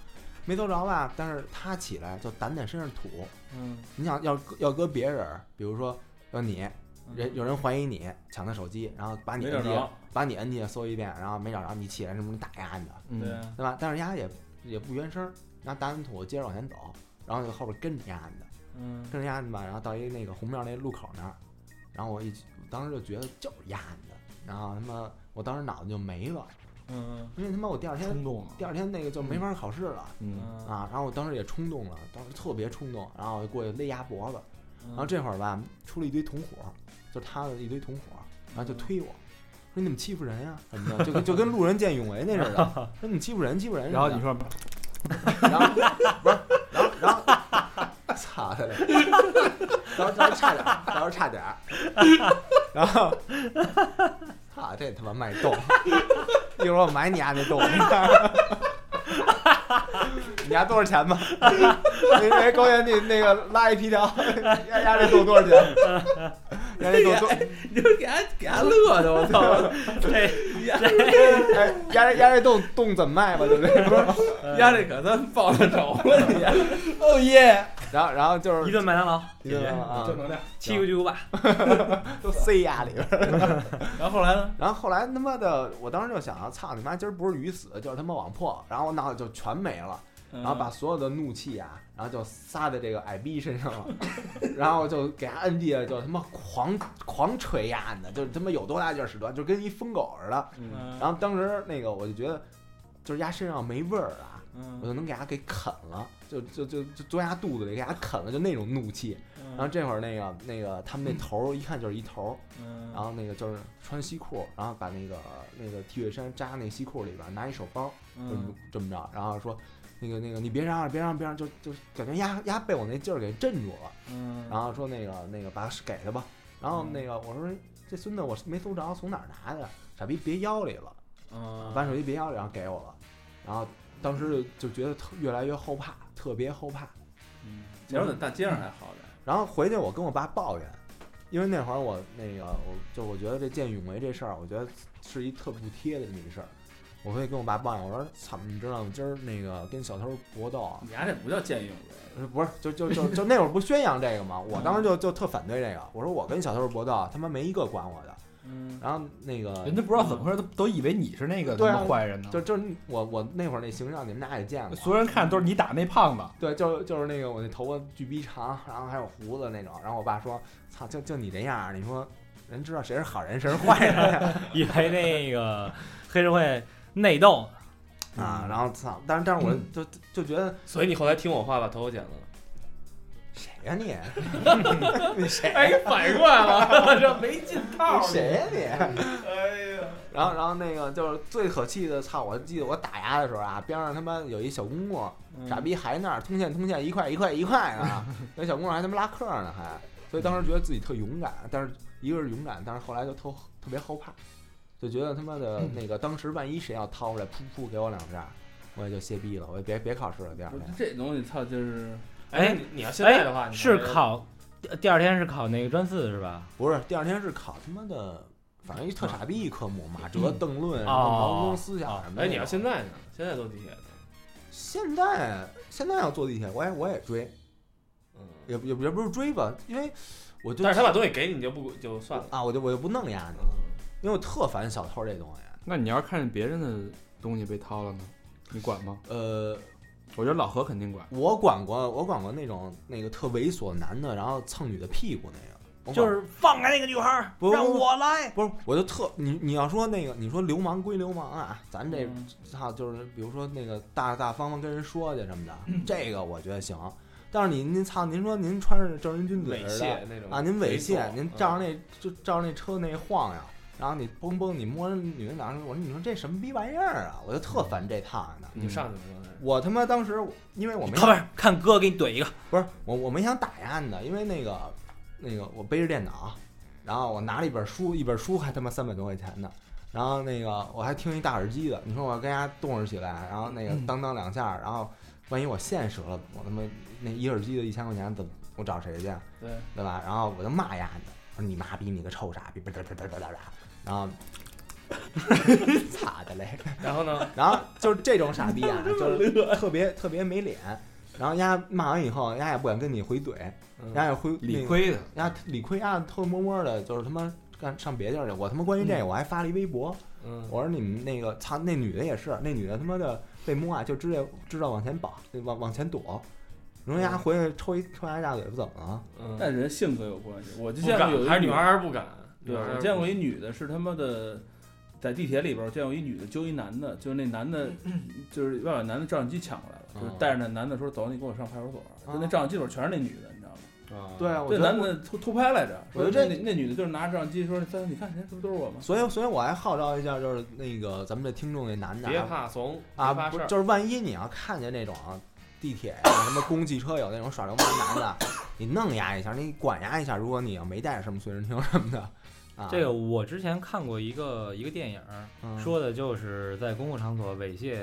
S2: 没搜着吧？但是他起来就掸掸身上土。
S3: 嗯，
S2: 你想要搁要搁别人儿，比如说要你，
S3: 嗯
S2: 人有人怀疑你抢他手机，然后把你
S3: 没
S2: 摁
S3: 找
S2: 地下
S3: 着，，
S2: 把你摁地下搜一遍，然后没找着，你起来什么打压你的，
S3: 对
S1: 嗯，
S3: 啊，
S2: 对吧？但是丫也也不原声儿，然后掸完土接着往前走，然后就后边跟着丫你的。
S3: 嗯，
S2: 跟着丫的吧，然后到一那个红庙那路口那儿，然后我一当时就觉得就是丫的，然后他妈我当时脑子就没了，
S3: 嗯，
S2: 因为他妈我第二天
S1: 冲动了，
S2: 第二天那个就没法考试了、
S1: 嗯，
S3: 嗯，
S2: 啊，然后我当时也冲动了，当时特别冲动，然后我就过去勒丫脖子，
S3: 嗯，
S2: 然后这会儿吧出了一堆同伙，就他的一堆同伙，然后就推我。说你怎么欺负人呀、什么的，就跟就跟路人见义勇为那似的。
S1: (laughs)
S2: 说你欺负人，欺负
S3: 嗯
S2: 人。
S1: 然后你，
S3: (laughs)
S1: 说
S2: 然后不是，然后然后，操他俩，然后然后差点儿，然后差点儿，然后，操这他妈卖动，一会儿我买你家那洞，你家多少钱吧？ (laughs) 那那高原那那个拉一皮条，压压这洞多少钱？压这洞多，
S6: 你就给他给他乐的，我 (laughs) 操！这 (laughs)
S2: 哎压这压这洞洞怎么卖吧？对不对？
S3: 压这可算抱得着了，你丫
S6: 哦耶！
S2: (laughs) 然后然后就
S6: 一
S2: 是
S6: 顿麦当劳，
S2: 一顿啊，
S3: 正能量。
S6: 七个巨无霸，
S2: 都塞牙里边。
S3: 然后后来呢？
S2: 然后后来他妈的，我当时就想，操你妈，今儿不是鱼死就是他妈网破，然后我脑子就全没了，
S3: 然
S2: 然后把所有的怒气啊，然后就撒在这个矮逼身上了， (laughs) 然后就给他摁地下，就他妈狂狂捶呀的，就是他妈有多大劲儿使多大，就跟一疯狗似的。
S3: 嗯，
S2: 然后当时那个我就觉得，就是压身上没味儿啊，我
S3: 嗯，
S2: 就能给他给啃了，就就就就钻他肚子里给他啃了，就那种怒气。然后这会儿那个那个他们那头儿一看就是一头儿。
S3: 嗯，
S2: 然后那个就是穿西裤，然后把那个那个 T 恤衫扎那西裤里边，拿一手包，这么
S3: 嗯，
S2: 这么着，然后说那个那个你别嚷，别嚷，别嚷，就就感觉压压被我那劲儿给镇住了，
S3: 嗯，
S2: 然后说那个那个把给他吧，然后那个我说这孙子我没搜着，从哪儿拿的呀？傻逼别腰里了，
S3: 嗯，
S2: 把手机别腰里，然后给我了，然后当时就觉得特越来越后怕，特别后怕，
S3: 嗯，要是在大街上还好点，
S2: 然后回去我跟我爸抱怨，因为那会儿我那个我就我觉得这见义勇为这事儿，我觉得是一特不贴的这么一事儿。我会跟我爸抱怨，我说：“操，你知道吗？今儿那个跟小偷搏斗啊，
S3: 你丫这不叫见义勇为，
S2: 呃不是就就就就那会儿不宣扬这个吗？我当时就就特反对这个，我说我跟小偷搏斗，啊他妈没一个管我的。
S3: 嗯，
S2: 然后那个
S3: (laughs)
S1: 人家不知道怎么回事，都都以为你是那个
S2: 对
S1: 他
S2: 啊
S1: 妈坏人呢，
S2: 就就是我我那会儿那形象，你们俩也见过，
S1: 所有人看都是你打那胖子，
S2: 对，就就是那个我那头发巨逼长，然后还有胡子那种。然后我爸说：“操，就就你这样儿，你说人知道谁是好人谁是坏人呀
S6: 以为那个黑社会内斗，
S2: 啊？”然后操，但是但是我就就就觉得
S4: 所以你后来听我话把头发剪了。
S2: 谁呀你，你谁
S4: 哎，反应过来了，这没进套
S2: 你谁呀你？
S4: 哎呀，
S2: 然后然后那个就是最可气的，操！我记得我打牙的时候啊，边上他妈有一小公公，
S3: 嗯
S2: 傻逼还那儿通县通县一块一块一块呢，那小公公还他妈拉客呢还，所以当时觉得自己特勇敢，但是一个是勇敢，但是后来就特特别后怕。就觉得他妈的那个当时万一谁要掏出来，噗噗给我两下，我也就歇逼了，我也别别考试了。第二
S3: 我
S2: 天
S3: 这东西操就是
S5: 哎
S4: 哎，你你要现在的话，你
S6: 是
S4: 还
S6: 考第第二天是考那个专四是吧？
S2: 不是，第二天是考他妈的，反正一特傻逼一科目，马哲、邓论、什么
S6: 哦
S2: 毛泽东思想什么的。
S4: 哎，你要现在呢？现在坐地铁呢？
S2: 现在现在要坐地铁，我也我也追，
S4: 嗯，
S2: 也也也不是追吧，因为我就
S4: 但是他把东西给你，你就不就算了。
S2: 啊，我就我就不弄丫你，因为我特烦小偷这东西。
S1: 那你要是看见别人的东西被掏了呢，你管吗？
S2: 呃，
S1: 我觉得老何肯定管。
S2: 我管过，我管过那种那个特猥琐男的，然后蹭女的屁股那个，我管
S6: 就是放开那个女孩儿，
S2: 不
S6: 让我来。
S2: 不是，我就特你你要说那个，你说流氓归流氓啊，咱
S3: 嗯
S2: 这操、就是比如说那个大大方方跟人说去什么的，
S4: 嗯
S2: 这个我觉得行。但是你您操，您说您穿着正人君子
S4: 猥
S2: 似
S4: 亵
S2: 的
S4: 那种
S2: 啊，您猥亵，
S4: 琐
S2: 您
S4: 嗯
S2: 照着那、就照着那车那晃呀，然后你嘣嘣你摸人女的哪儿，我说你说这什么逼玩意儿啊，我就特烦这趟的。
S4: 你就上去了。
S2: 我他妈当时因为我没
S5: 靠边，看哥给你怼一个。
S2: 不是我，我没想打压你的，因为那个那个我背着电脑，然后我拿了一本书，一本书还他妈三百多块钱呢。然后那个我还听一大耳机的，你说我跟人家动着起来，然后那个当当两下，然后万一我线折了，我他妈那一耳机的一千块钱怎么我找谁去？啊
S3: 对
S2: 对吧？然后我就骂丫的，我说你妈逼你个臭傻逼，叭叭叭叭叭叭叭，然后 (laughs) 擦的嘞。
S4: 然后
S2: (laughs)
S4: 呢？
S2: 然后就是 (laughs) 这种傻逼啊，就是特别特别没脸。然后人家骂完以后，人家也不敢跟你回怼，人家也回
S1: 理，
S2: 那个
S1: 亏的，
S2: 人家理亏啊，偷偷摸摸的，就是他妈干上别地儿去。我他妈关于这个我还发了一微博，
S4: 嗯，
S2: 我说你们那个操，那女的也是，那女的他妈的被摸啊，就知道知道往前跑，往往前躲。然后人家回去抽一抽丫大嘴巴怎么了？
S4: 嗯
S3: 但人性格有关系。我就
S4: 不
S3: 见过
S4: 敢，
S3: 有一
S4: 还是女孩儿不敢。
S3: 对，
S4: 女孩儿嗯
S3: 我见过一女的，是他妈的，在地铁里边儿我见过一女的揪一男的，就是那男的，就是要把男的照相机抢过来了，就是
S2: 嗯
S3: 带着那男的说走，你跟我上派出所，就那照相机里边全是那女的，你知道吗？
S2: 对啊，我
S3: 这
S2: 觉得
S3: 男的偷偷拍来着，
S2: 我觉得
S3: 那那女的就是拿着照相机说，三，你看这不都是我吗？
S2: 所以所以我还号召一下，就是那个咱们这听众那男的啊，
S4: 别怕怂，
S2: 啊，
S4: 别怕
S2: 不
S4: 事
S2: 是
S4: 儿。
S2: 就是万一你要看见那种地铁呀、 (coughs) 什么公汽车有那种耍流氓男的，你弄压一下，你管压一下。如果你要没带什么随身听什么的，啊，
S6: 这个我之前看过一个一个电影儿，
S2: 嗯
S6: 说的就是在公共场所猥亵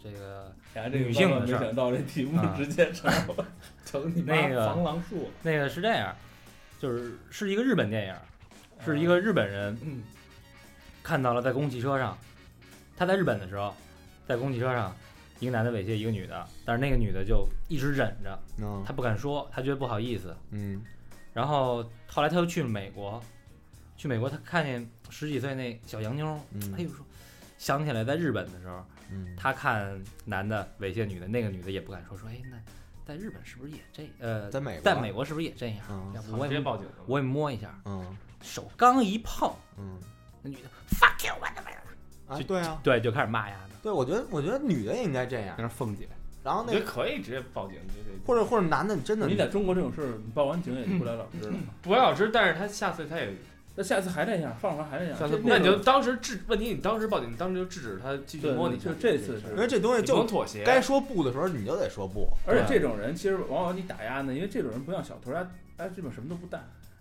S6: 这个
S3: 哎呀，这个
S6: 女性
S3: 万
S6: 的
S3: 万没
S6: 事儿
S3: 想到这题目
S6: 啊
S3: 直接成了成你妈
S6: 那个
S3: 防狼术，
S6: 那个是这样，就是是一个日本电影儿，是一个日本人
S3: 嗯
S6: 看到了在公汽车上，他在日本的时候，在公汽车上，一个男的猥亵一个女的，但是那个女的就一直忍着，
S2: 嗯
S6: 她不敢说，她觉得不好意思。
S2: 嗯
S6: 然后后来她又去了美国，去美国她看见十几岁那小洋妞儿，
S2: 嗯
S6: 哎呦说，想起来在日本的时候，
S2: 嗯，
S6: 她看男的猥亵女的，那个女的也不敢说，说哎那在日本是不是也这呃，
S2: 在美国，
S6: 在美国是不是也这样？
S2: 嗯
S6: 要不我
S4: 直接
S6: 也
S4: 报警了。
S6: 我也摸一下，
S2: 嗯
S6: 手刚一碰，
S2: 嗯
S6: 那女的 fuck you，我的妈呀！
S2: 啊，
S6: 就
S2: 对啊，
S6: 对，就开始骂呀。
S2: 对，我觉得我觉得女的也应该这样
S1: 那。是凤姐。
S2: 然后
S4: 我
S2: 那
S4: 觉得可以直接报警，这这
S2: 或者或者男的，你真的
S3: 你在中国这种事儿，你报完警也就不了了之了。
S4: 不要老师，但是他下次他也，
S3: 那下次还这样，放完还这样，
S1: 下次
S3: 这
S1: 不
S4: 那
S3: 那
S4: 你
S3: 种
S4: 就当时制问题，你当时报警，你当时就制止他继续
S3: 对
S4: 摸你。
S3: 就这
S4: 是
S3: 次是
S2: 因为这东西
S4: 你不啊
S2: 就
S4: 能妥协。
S2: 该说不的时候你就得说不。
S3: 而且这种人其实往往你打压呢，因为这种人不像小偷，他他基本什么都不带。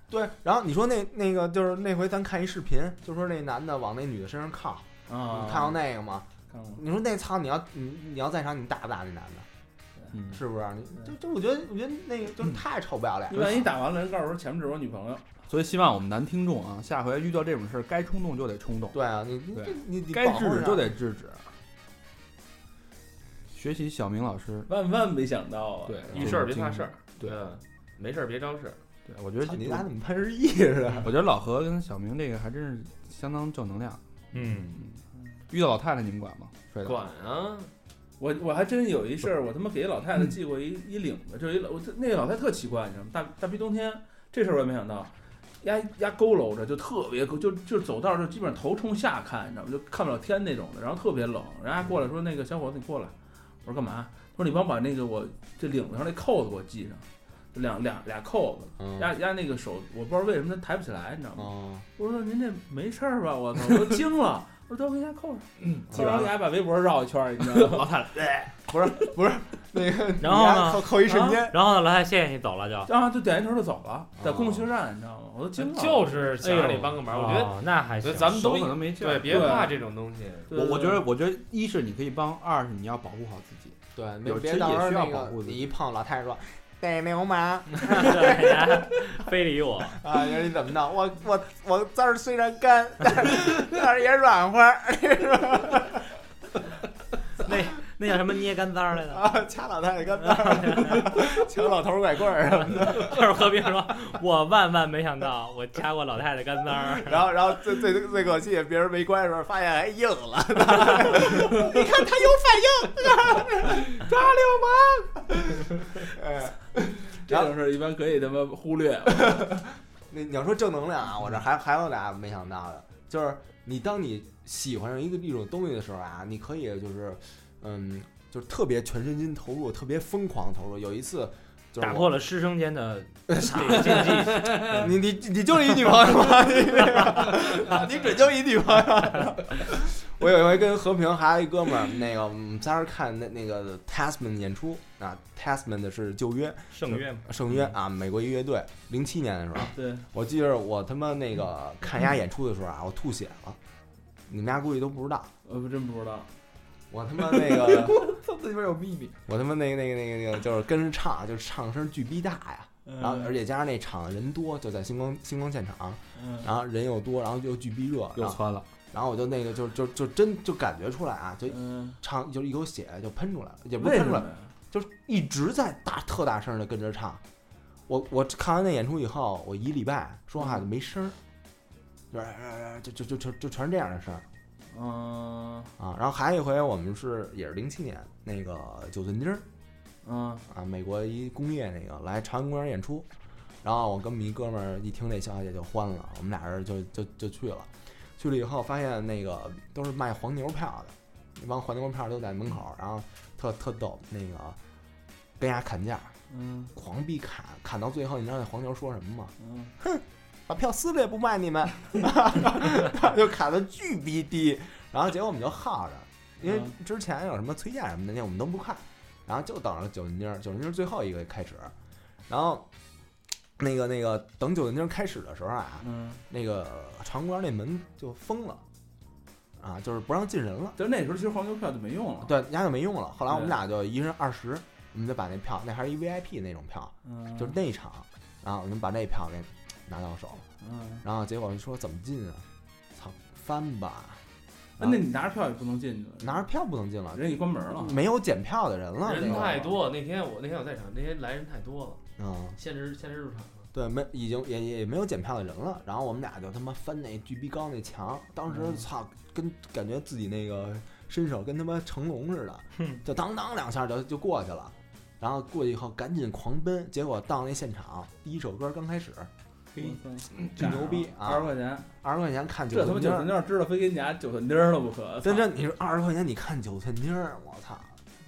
S2: 对，然后你说那那个就是那回咱看一视频，就说那男的往那女的身上靠，
S3: 啊
S2: 你看到那个吗？
S3: 看过吗？
S2: 你说那操，你要你你要在场，你打不打那男的？
S1: 嗯
S2: 是不是？你就就我觉得，我觉得那个就是太臭不要脸
S3: 你
S2: 了。
S3: 万一打完了，人告诉说前面这是我女朋友，
S1: 所以希望我们男听众啊，下回遇到这种事儿，该冲动就得冲动，
S2: 对啊，你你
S1: 对
S2: 这你你
S1: 该
S2: 保护
S1: 制止
S2: 人啊
S1: 就得制止。学习小明老师，
S3: 万万没想到啊！
S1: 对
S4: 遇事儿别怕事儿，
S1: 对
S4: 嗯，没事儿别招事儿。
S1: 对我觉得
S2: 操
S1: 这
S2: 你俩嗯怎么潘石屹似的？
S1: 我觉得老何跟小明这个还真是相当正能量。
S6: 嗯，
S1: 遇到老太太你们管吗？
S2: 嗯
S1: 摔倒
S4: 管啊，
S3: 我我还真有一事儿，我他妈给老太太寄过一一领子，就是一老我这那个老太太特奇怪，你知道吗？大大逼冬天这事儿我也没想到，压压佝偻着，就特别就就走道就基本上头冲下看，你知道吗？就看不了天那种的，然后特别冷，人家过来说那个小伙子你过来，我说干嘛？他说你帮我把那个我这领子上那扣子给我系上，就两两俩扣子，
S1: 嗯
S2: 嗯
S3: 压压那个手，我不知道为什么他抬不起来，你知道吗？
S2: 哦，
S3: 我说您这没事儿吧？我操，我都惊了， (laughs) 我说都给人家扣上，
S2: 系
S3: 扣上
S2: 完
S3: 给
S2: 了
S3: 人家把围脖绕一圈儿，你知道吗？老太太。
S2: 不是那个
S6: 然后呢啊
S2: 你还扣扣一瞬间，
S6: 然后呢，来，谢谢你走了就。
S3: 然后啊就点一头就走了，在公共汽车站，你知道吗？我都惊了。
S4: 就是想让你帮个忙，我觉得
S6: 哦那还
S4: 我觉
S6: 行
S4: 得。咱们
S1: 手
S4: 都
S1: 可能没劲儿
S4: 对，别
S3: 对
S4: 怕这种东西。
S3: 对，
S1: 我
S3: 对
S1: 我觉得，我觉得一是你可以帮，二是你要保护好自己。
S2: 对，
S1: 有
S2: 没别
S1: 其实
S2: 到
S1: 也
S2: 时候
S1: 需要
S2: 那
S1: 保
S2: 个
S1: 护的
S2: 你一碰老太太说逮牛马
S1: (laughs)
S6: 对呀 (laughs) 非礼我，
S2: 啊，人家怎么弄？我我我字儿虽然干，但是但是也软乎儿
S6: 那叫什么捏干渣儿来
S1: 嗯
S6: 的？
S2: 啊，掐老太太跟那儿， (laughs) 抢老头儿拐棍儿什么的。
S6: 就是何冰说，我万万没想到，我掐过老太太干渣儿。 (laughs)
S2: (laughs) 然后然后最最最可气，别人围观的时候发现哎硬了， (laughs) 你看他有反应，抓流氓。哎，
S3: 这种事儿一般可以他妈忽略。
S2: 那你要说正能量啊，我这还还有俩没想到的，就是你当你喜欢上一个一种东西的时候啊，你可以就是，嗯，就是特别全身心投入，特别疯狂投入。有一次就是
S6: 打
S2: 我嗯
S6: 破了师生间 (laughs) 的这个禁忌，
S2: 你你你就是一女朋友吗？ (laughs) 你这样你准就是一女朋友。 (laughs) 我有一回跟和平还有一哥们儿，那个我们仨人看那那个 Tasman 演出啊，Tasman 的是旧约
S6: 圣约嘛，
S2: 圣约啊，美国一乐队，零七年的时候，
S3: (laughs) 对，
S2: 我记着我他妈那个看人家演出的时候啊，我吐血了，你们家估计都不知道，
S3: 我不真不知道。
S2: 我他妈那个
S1: 这里边有秘密。
S2: 我他妈那个那个那个那个就是跟着唱，就是唱声巨逼大呀，
S3: 嗯
S2: 然后而且加上那场人多，就在星光星光现场，
S3: 嗯，
S2: 然后人又多，然后又巨逼热，然
S1: 又
S2: 后
S1: 窜了，
S2: 然后我就那个就就就真就感觉出来啊，就
S3: 嗯，
S2: 唱就一口血就喷出来了，也不
S3: 为
S2: 是
S3: 什
S2: 喷出
S3: 么
S2: 来，
S3: 呀？
S2: 就是一直在大特大声的跟着唱。我我看完那演出以后，我一礼拜说话就没声儿，就是呃就就就就就全是这样的声儿
S3: 嗯
S2: 啊。然后还有一回我们是也是零七年那个九寸金儿
S3: 嗯
S2: 啊，美国一工业那个来朝阳公园演出，然后我跟我们一哥们儿一听这消息就欢了，我们俩人就就就去了，去了以后发现那个都是卖黄牛票的，那帮黄牛票都在门口，然后特特逗，那个跟人家砍价，
S3: 嗯
S2: 狂逼砍，砍到最后你知道那黄牛说什么吗？
S3: 嗯，
S2: 把票撕了也不卖你 (laughs) 们，就砍的巨逼低，然后结果我们就耗着，因为之前有什么催价什么的那我们都不看，然后就等着九寸钉儿，九寸钉儿最后一个开始，然后那个那个等九寸钉儿开始的时候啊，
S3: 嗯，
S2: 那个长官那门就封了，啊，就是不让进人了，
S3: 但是那时候其实黄牛票就没用了。
S2: 对，人家就没用了。后来我们
S3: 对
S2: 俩就一人二十，我们就把那票，那还是一 VIP 那种票，
S3: 嗯，
S2: 就是那一场，然后我们把那票给拿到手。
S3: 嗯，
S2: 然后结果说怎么进啊？操，翻吧，
S3: 啊那那你拿着票也不能进去了，
S2: 拿着嗯票不能进了，
S3: 人已关门了。
S2: 没有检票的人了，
S4: 啊人
S2: 那个
S4: 太多，那天我那天我在场，那天来人太多了，
S2: 嗯，
S4: 限制限制入场了。
S2: 对，没已经也也也没有检票的人了。然后我们俩就他妈翻那巨逼高那墙，当时
S3: 嗯
S2: 操，跟感觉自己那个身手跟他妈成龙似的，就当当两下就就过去了。然后过去以后赶紧狂奔，结果到那现场第一首歌刚开始，
S3: 这
S2: 巨牛逼啊
S3: 嗯二十块钱，
S2: 二十块钱看九
S3: 这他妈
S2: 寸
S3: 九
S2: 钉儿，
S3: 寸钉儿知道非给你家九寸钉儿了不可。
S2: 真
S6: 啊
S2: 正你说二十块钱你看九寸钉儿，我操，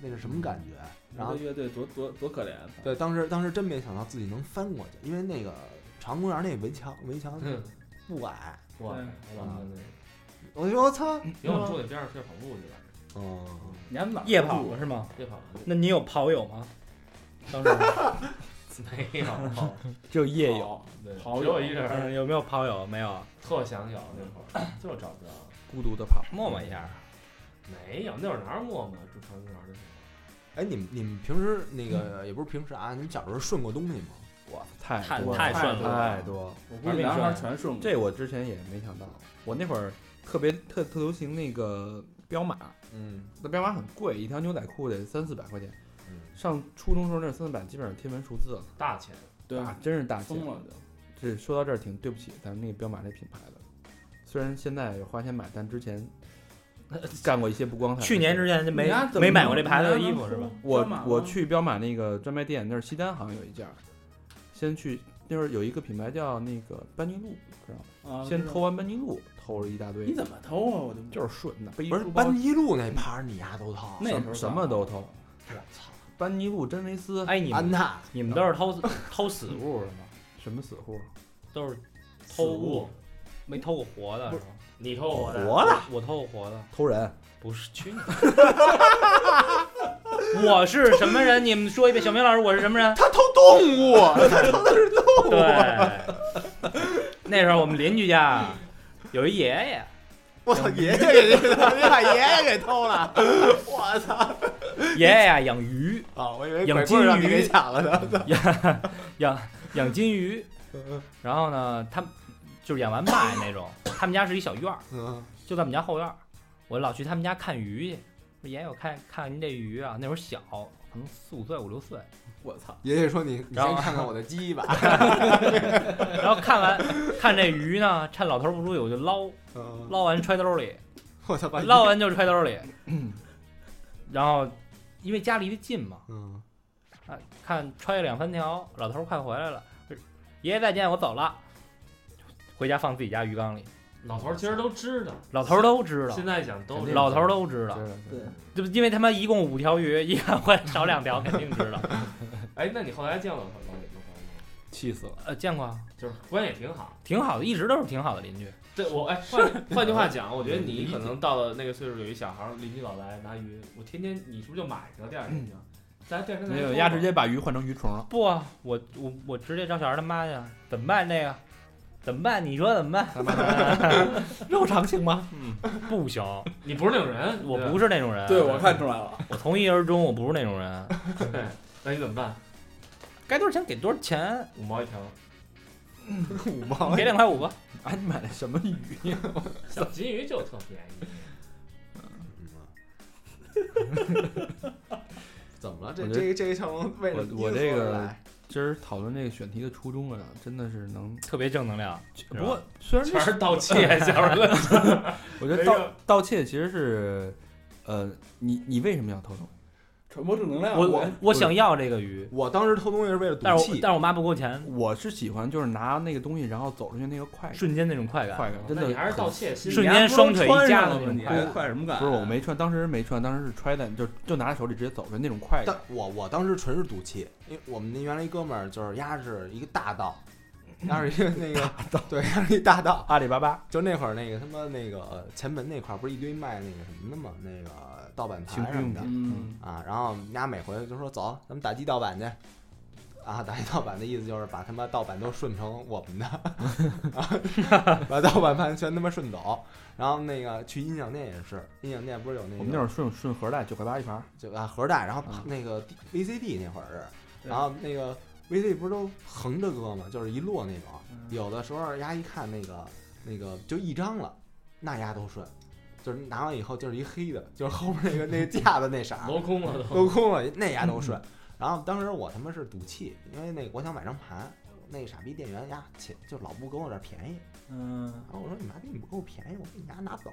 S2: 那是什么感觉？然
S3: 然
S6: 嗯
S2: 后
S3: 后乐队多多多可怜啊。
S2: 对，当时当时真没想到自己能翻过去，因为那个长公园那围墙围墙
S4: 嗯，
S2: 不矮，
S4: 哇，
S3: 对
S4: 我操那
S2: 我就说我操，
S6: 嗯
S4: 因为我们住那边上去跑步去了，
S2: 嗯，
S3: 你还哪儿
S6: 夜跑了是吗？
S4: 别跑了。
S6: 那你有跑友吗？当时
S4: (laughs) 没有，
S6: 只有夜
S3: 也
S6: 友。
S1: 哦
S3: 有
S4: 对
S3: 跑
S4: 只有一人
S6: 嗯，
S4: 儿，
S6: 有没有跑友？没有，啊
S4: 特想有那会儿，就是找不着。
S1: 孤独的跑。
S6: 默默一下。
S4: 没有，那会儿哪有磨磨住长公园的时候，
S2: 哎，你们你们平时那
S6: 嗯
S2: 个也不是平时啊，你们小时候顺过东西吗？
S1: 哇，太
S6: 太
S1: 多
S6: 太顺了
S1: 太多。
S3: 我估计男孩全顺过。
S1: 这我之前也没想到，我那会儿特别特特流行那个彪马，
S2: 嗯，
S1: 那彪马很贵，一条牛仔裤得三四百块钱
S2: 嗯。
S1: 上初中时候那三四百基本上天文数字了，
S4: 大钱。
S3: 对
S1: 啊，真是大钱
S3: 疯。了就。
S1: 这说到这儿挺对不起咱们那个彪马这品牌的，虽然现在有花钱买，但之前 (laughs) 干过一些不光彩的事情。
S6: 去年之前就没
S3: 你还怎么
S6: 没买过这牌子的衣服是吧？？
S1: 我
S3: 干嘛
S1: 我去彪马那个专卖店，那是西单好像有一家，先去那会儿有一个品牌叫那个班尼路，知道吗？
S3: 啊
S1: 先偷。完班尼路，偷了一大堆，
S3: 你怎么偷啊？我就
S1: 就是顺的，背一
S2: 不是
S1: 书包
S2: 班尼路那盘儿你丫都掏，
S3: 那
S1: 什
S3: 时候
S1: 么什么都偷，
S2: 我操，
S1: 班尼路、真维斯，
S6: 哎，你
S2: 安
S6: 们
S2: 踏
S6: 你们都是偷偷死物是吗？
S1: 什么死户？ (laughs)
S6: 都是偷物，没偷过活的是吗？
S4: 你偷我的，
S2: 活了，
S6: 我偷过活的，
S1: 偷人，
S6: 不是去你！我是什么人？你们说一遍，小明老师，我是什么人？
S2: 他偷动物，
S6: (laughs)
S2: 他偷的是动物。
S6: 对，那时候我们邻居家有一爷爷，
S2: 我操，爷爷给这个，你把爷爷给偷了，我操！
S6: (laughs) 爷爷呀养鱼，
S2: 啊，我以为
S6: 养
S2: 鬼棍儿让你
S6: 金鱼
S2: 给抢了呢。
S6: (laughs)
S2: (laughs)
S6: 养养养金鱼，然后呢，他们就是养完卖那种，他们家是一小院儿，
S2: 嗯，
S6: 就在我们家后院儿，我老去他们家看鱼去。说爷爷，我看看您这鱼啊，那会儿小，可能四五岁、五六岁， (laughs)
S3: 我操，
S2: 爷爷说你，你
S6: 然
S2: 先
S6: 后
S2: 看看我的鸡
S6: (laughs)
S2: 吧。
S6: 然后看完看这鱼呢，趁老头不注意我就捞，
S2: 嗯，
S6: 捞完揣 (laughs) 兜里，
S2: 我操，把
S6: 捞完就揣兜里，然后因为家离得近嘛，
S2: 嗯，
S6: 啊，看穿越两三条，老头儿快回来了，爷爷再见，我走了，回家放自己家鱼缸里，
S4: 老头儿其实都知嗯道，
S6: 老头儿都知道
S4: 现，在想都
S6: 老头儿都知道，
S2: 对，
S6: 这不因为他妈一共五条鱼，一看会少两条，肯定知道。 (laughs)
S4: 哎，那你后来见了老头老老头儿吗？
S1: 气死了。
S6: 呃，见过，
S4: 就是关系也挺好。
S6: 挺好的，一直都是挺好的邻居。
S4: 对我 (laughs) 哎，换换句话讲，我觉得你可能到了那个岁数，有一小孩儿邻居老来拿鱼，我天天你是不是就买着第二天就？咱第二天
S1: 没有，
S4: 鸭
S1: 丫直接把鱼换成鱼虫了。
S6: 不啊，我我我直接找小孩他妈去啊，怎么办这个？怎么办？你说怎么办？
S1: 肉偿行吗？
S6: 不行，
S4: 你不是那种人，
S6: 我
S4: 对吧
S6: 不是那种
S1: 哎
S6: 人。
S3: 对我看出来了，
S6: 我从一而终，我不是那种人。
S4: 那你怎么办？
S6: 该多少钱给多少钱，
S4: 五毛一 (laughs) 条，
S2: 五毛
S6: 给两块五吧。
S1: 啊，你买的什么鱼？ (laughs)
S4: 小金鱼就特便宜。
S2: 嗯怎么了？这
S1: 我觉得
S2: 这这个小龙为了
S1: 我
S2: 你
S1: 我这
S2: 所
S1: 个
S2: 来
S1: 今儿讨论这个选题的初衷啊，真的是能。
S6: 特别正能量，
S1: 不过虽然这
S4: 全是盗 (laughs) 窃，小时候
S1: 我觉得盗盗窃其实是，呃，你你为什么要偷东西？
S3: 传播正能量。
S6: 我我我想要这个鱼，
S2: 我当时偷东西是为了
S6: 但
S2: 赌
S6: 是我
S2: 气，
S6: 但是我妈不给我钱，
S1: 我是喜欢就是拿那个东西，然后走出去那个快感，
S6: 瞬间那种快感，
S1: 快感真
S4: 那
S1: 的
S4: 你还是盗窃心理
S6: 瞬间双腿一夹的那种
S3: 你
S6: 快
S3: 还
S6: 感。
S3: 快什么啊感？
S1: 不是我没穿，当时没穿，当时是揣在就就拿在手里直接走出来那种快感
S2: 但。我我当时纯是赌气，因为我们那原来一哥们儿就是压是一个
S1: (laughs)
S2: 大盗，压是一个那个 (laughs) 对，压是一大盗，
S1: 阿里巴巴
S2: 就那会儿那个他妈那个呃前门那块儿不是一堆卖那个什么的吗？那个盗版
S1: 情
S2: 盘
S1: 趣
S2: 什
S1: 用
S2: 么的
S1: 品，
S3: 嗯，
S2: 啊，然后人家每回就说走，咱们打击盗版去。啊，打击盗版的意思就是把他妈盗版都顺成我们的，啊 (laughs) 把盗版盘全他妈顺走。然后那个去音响店也是，音响店不是有那
S1: 我们那会
S2: 个
S1: 儿顺顺盒带九块八一盘儿，
S2: 就啊盒带，然后
S1: 嗯
S2: 那个 D- VCD 那会儿是，
S3: 对
S2: 然后那个 VCD 不是都横着搁吗？就是一摞那种，
S1: 嗯
S2: 有的时候人家一看那个那个就一张了，那丫都顺，就是拿完以后就是一黑的，就是后面那个那个架子那色儿，
S4: 镂空了都。
S2: 镂空了，那牙都顺。然后当时我他妈是赌气，因为那个我想买张盘，那傻逼店员呀，切就老不给我这便宜。
S3: 嗯，
S2: 然后我说你妈逼你不给我便宜，我给你丫拿走。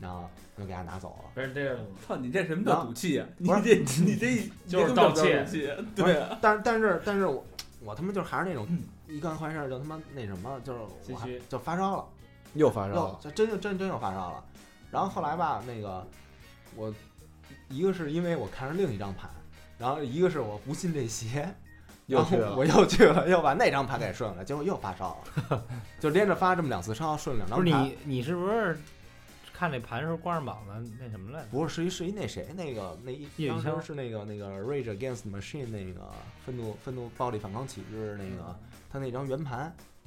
S2: 然后就给他拿走了。
S4: 别人逮着了吗？
S3: 操，你这什么叫赌气啊？你这
S1: (laughs)
S3: 你这
S4: 就是盗窃
S3: 对啊，
S2: 但是但是但是我我他妈就还是那种一干坏事儿就他妈那什么，就是我还
S4: 心虚
S2: 就发烧了，
S1: 又发烧
S2: 又
S1: 了。
S3: 哦
S2: 就真就真真有发烧了。然后后来吧，那个我一个是因为我看上另一张盘，然后一个是我不信这邪，
S1: 又
S2: 然
S1: 去
S2: 后
S1: 了 (laughs)
S2: (laughs)
S3: 哦
S2: 我又去了，又把那张盘给顺了，结果又发烧了， (laughs) 就连着发这么两次烧，顺了两
S6: 不
S2: 张
S6: 是
S2: 盘。
S6: 你你是不是看那盘时候光着膀子那什么来着？
S2: 不是，是一是一那谁那个那一
S6: 叶
S2: 当
S6: 雨
S2: 时
S6: 枪
S2: 是那个那个 Rage Against the Machine 那个愤怒愤怒暴力反抗体制那个
S6: 嗯
S2: 他那张圆盘，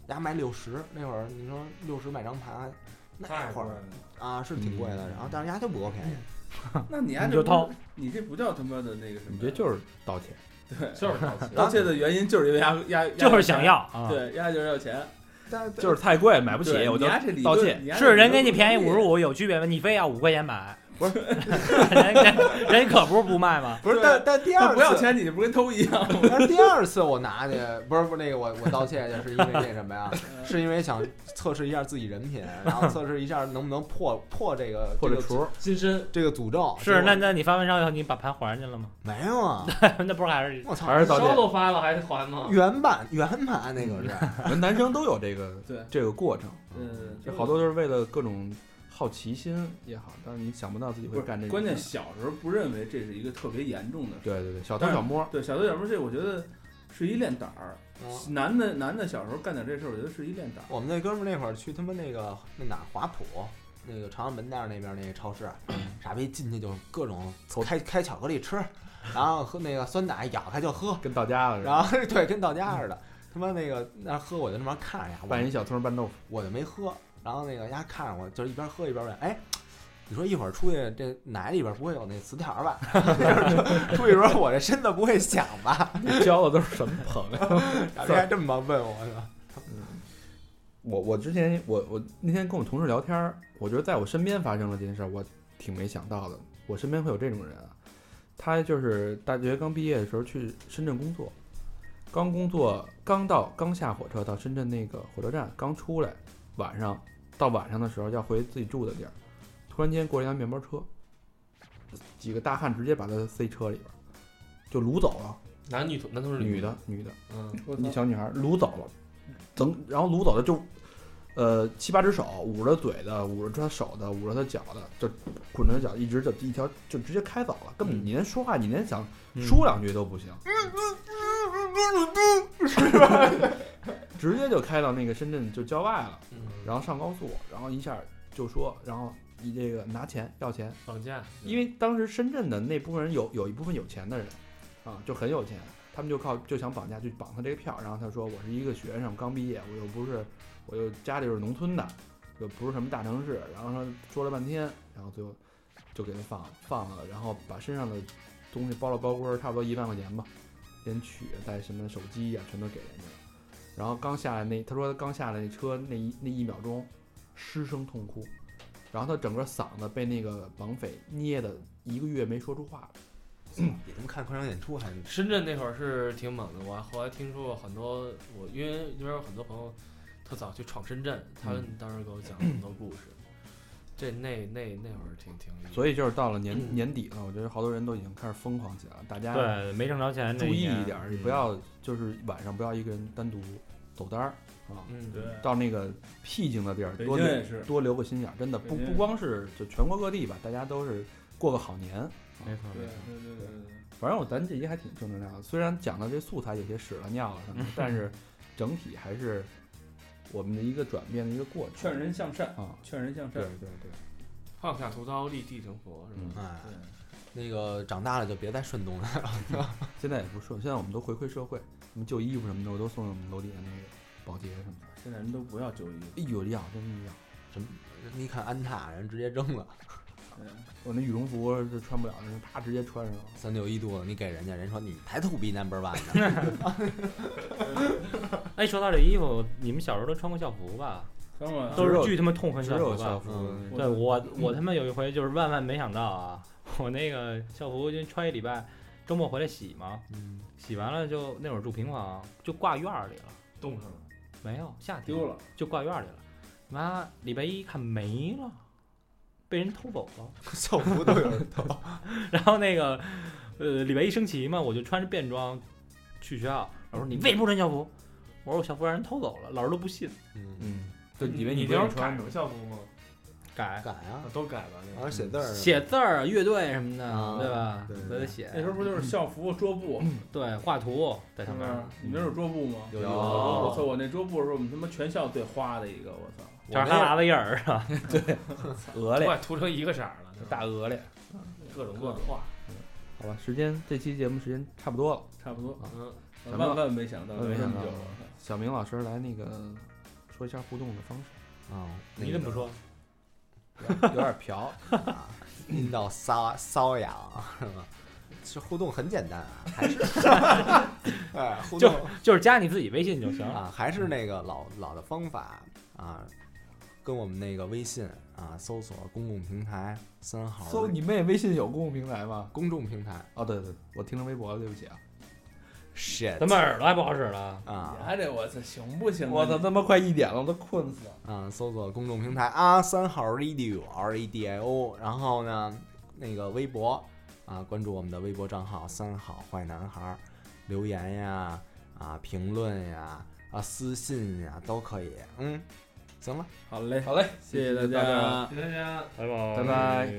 S2: 人家卖六十，那会儿你说六十买张盘，那
S4: 太
S2: 会
S4: 贵
S2: 儿
S4: 了。
S2: 啊是挺贵
S6: 嗯
S2: 的，然后但是人家就不够便宜，
S3: 那你
S1: (laughs)
S3: 还
S6: 你
S3: 这
S6: 就
S3: 不
S6: 掏，
S3: 你这不叫他妈的那个什么呀？
S1: 你这就是盗窃，
S3: 对，
S4: 就是盗窃，
S1: 啊
S3: 盗窃的原因就是因为压压，压
S6: 就是想要，啊，
S3: 对，压就是要钱，
S2: 但
S1: 就是太贵哎买不起，
S3: 对
S1: 我就
S3: 你丫这理
S1: 盗
S3: 论
S1: 窃
S3: 你丫这
S6: 是人给
S3: 理
S6: 你
S3: 论
S6: 便宜
S3: 不
S6: 五
S3: 合
S6: 十
S3: 理
S6: 五有区别吗？你非要五块钱买，不是人人人可不是不卖 (laughs) 吗？
S2: 不是
S3: 对
S2: 但但第二
S3: 他
S2: 次
S3: 不要钱，你这不跟偷一样吗？
S2: (laughs) 但是第二次我拿去，不是不是那个我我道歉去，是因为那什么呀？是因为想测试一下自己人品，然后测试一下能不能破破这个
S1: 或
S2: 这
S1: 者
S2: 个
S1: 厨，
S4: 金身
S2: 这个诅咒。
S6: 是，那
S2: 结果
S6: 那你发完烧以后，你把盘还人家了吗？ (laughs)
S2: 没有啊？
S6: 那不是还是
S2: 我操，
S1: 还是
S4: 烧
S1: 盗窃。
S4: 都发了还还吗？
S2: 原版原版那个是，
S1: 男生都有这个
S3: 对
S1: (laughs) 这个过程，
S3: 嗯，
S1: 这好多都是为了各种好奇心也好，但是你想不到自己
S3: 不
S1: 会
S3: 是
S1: 干这个。
S3: 关键，小时候不认为这是一个特别严重的事。
S1: 对对对，小偷小摸，
S3: 对，小偷小摸这，我觉得是一练胆儿。男的男的小时候干点这事儿，我觉得是一练胆儿。
S2: 我们那哥们儿那会儿去他妈那个那哪儿华普，那个朝阳门店那边那个超市，
S1: 嗯
S2: 傻逼进去就各种开开巧克力吃，然后喝那个酸奶，咬开就喝，
S1: 跟到家
S6: 嗯
S1: 了似的。
S2: 然后 (laughs) 对，跟到家似的。他妈那个那喝我就那么看着呀，我
S1: 拌一小葱拌豆腐，
S2: 我就没喝。然后那个丫看着我，就是一边喝一边问：“哎，你说一会儿出去这奶里边不会有那词条吧？ (laughs) 出去时候我这身子不会响吧
S1: (laughs) 你交的都是什么朋友？？”
S2: 傻逼还这么问我呢。
S1: 我我之前我我那天跟我同事聊天儿，我觉得在我身边发生了这件事儿，我挺没想到的。我身边会有这种人啊，他就是大学刚毕业的时候去深圳工作，刚工作刚到刚下火车到深圳那个火车站，刚出来，晚上到晚上的时候要回自己住的地儿，突然间过来一辆面包车，几个大汉直接把他塞车里边儿，就掳走了。
S4: 男女同男同事
S1: 女的，女的，
S4: 嗯，
S3: 我操
S1: 一小女孩掳走了，整然后掳走的就，呃七八只手，捂着嘴的，捂着她手的，捂着她脚的，就捆着她脚，一直就一条就直接开走了，根本你连说话，你连想说两句都不行，直接就开到那个深圳就郊外了，然后上高速，然后一下就说，然后你这个拿钱要钱，
S4: 绑架，
S1: 因为当时深圳的那部分人有有一部分有钱的人，啊，就很有钱，他们就靠就想绑架，就绑他这个票。然后他说我是一个学生，刚毕业，我又不是，我又家里又是农村的，又不是什么大城市。然后他说了半天，然后最后就给他放了放了，然后把身上的东西包了包锅，差不多一万块钱吧，连取带什么手机呀、啊全都给人家了。然后刚下来那，他说他刚下来那车那一那一秒钟，失声痛哭，然后他整个嗓子被那个绑匪捏的一个月没说出话来。
S6: 嗯
S2: 你他妈看快场演出还
S4: 深圳那会儿是挺猛的，我还后来听说过很多，我因为那边有很多朋友特早去闯深圳，他们当时给我讲了很多故事，这那那那会儿挺挺，
S1: 所
S4: 以
S1: 以就是到了年、年底了，我觉得好多人都已经开始疯狂起来了，大家
S6: (laughs) 对，没挣着钱，
S1: 注意一点儿，
S6: 嗯
S1: 不要就是晚上不要一个人单独走单儿啊。
S4: 嗯
S3: 对，
S1: 到那个僻静的地儿，
S3: 北
S1: 多
S3: 京也
S1: 留
S3: 是，
S1: 多留个心眼儿，真的不
S3: 北京
S1: 不光是就全国各地吧，大家都是过个好年。
S6: 没错
S3: 对
S6: 没
S3: 对
S6: 错。
S3: 对对对。
S1: 反正我咱这集还挺正能量的，虽然讲的这素材有些屎了尿了什
S6: (laughs)
S1: 么的，但是整体还是我们的一个转变的一个过程。
S3: 劝人向善，
S1: 啊，
S3: 劝人向
S1: 对
S3: 善。
S1: 对对。
S4: 放下屠刀，立地成佛，是吧？
S2: 哎，那个长大了就别再顺东了。 (laughs)
S1: 现在也不顺，现在我们都回馈社会，什么旧衣服什么的，我都送给我们楼底下那个保洁什么的。
S3: 现在人都不要就医。
S1: 哎呦，要真是要！
S2: 什么？你看安踏人直接扔了
S1: 我那羽绒服是穿不了的，啪直接穿上了。
S2: 三六一度的，你给人家人说你才 to be number one 呢。
S6: 哎，说到这衣服，你们小时候都穿过校服吧？
S3: 当然
S6: 都
S1: 只
S6: 是
S1: 有
S6: 巨他妈痛恨
S1: 只
S6: 校服
S1: 有
S6: 吧
S1: 校？服，
S2: 嗯
S6: 对我，我他妈有一回就是万万没想到啊，我那个校服就穿一礼拜，周末回来洗嘛，
S2: (laughs) 嗯，
S6: 洗完了就那会儿住平房，啊就挂院儿里了，
S4: 冻上了，
S6: 没有夏天
S3: 丢了，
S6: 就挂院儿里了。妈，礼拜一一看没了，被人偷走了。
S2: 校服都有人偷。
S6: 然后那个，呃，礼拜一升旗嘛，我就穿着便装去学校。老师说你为什么不穿校服？我说我校服让人偷走了，老师都不信，
S2: 嗯，
S1: 嗯，就以为
S4: 你
S1: 不让
S4: 那
S1: 你
S4: 会儿改
S1: 穿，
S4: 成校服吗？
S6: 改
S2: 改啊
S4: 啊，都改了，那
S6: 哎
S2: 然
S4: 会
S2: 后
S4: 儿
S2: 写字儿，
S6: 写字儿、乐队什么
S1: 嗯
S6: 的，
S2: 啊
S6: 对吧？
S2: 对对
S6: 都得
S2: 对
S6: 写。
S3: 那时候不就是校服、桌布，
S6: 对画图在
S3: 是
S6: 上
S3: 不
S6: 面
S3: 是
S6: 儿，？
S3: 嗯你们那有桌布吗？
S2: 有
S1: 哦
S4: 有
S3: 我操！我那桌布是我们他妈全校最花的一个，我操！
S6: 这是哈喇子印儿啊，
S1: 鹅
S4: 都
S1: 嘞，
S4: 快涂成一个色儿了，那
S1: 大鹅嘞。
S4: 各种乱画，
S1: 好吧，时间这期节目时间差不多了。
S3: 差不多。
S4: 嗯，
S1: 咱们
S3: 万万没想到，
S1: 万万没想到
S3: 这么久
S1: 小明老师来那个说一下互动的方式，
S2: 啊，那
S6: 你怎
S2: 个
S6: 么
S2: (laughs)
S6: 不说？
S1: 有点嫖。
S2: 啊，阴道瘙瘙啊痒是吧？这互动很简单啊，还是哎，互动
S6: 就是加你自己微信就行了。
S2: 啊，还是那个老老的方法啊，跟我们那个微信啊，搜索公共平台三号
S1: 搜你妹，微信有公共平台吗？
S2: 公众平台
S1: 哦，对对，我听成微博了，对不起啊。
S6: 咱
S2: shit
S6: 们耳朵还不好使了，
S2: 啊
S3: 你还得我操，行不行啊？
S1: 我操，他妈快一点了，我都困死了。
S2: 啊，搜索公众平台啊，三号 radio r a d i o，然后呢，那个微博啊，关注我们的微博账号三好坏男孩儿，留言呀啊，评论呀啊，私信呀都可以，嗯，行了。
S3: 好嘞，
S1: 好嘞，
S3: 谢谢大
S1: 谢谢大
S3: 家啊
S1: 家。啊
S4: 谢谢大家。
S6: 拜拜
S1: 拜拜。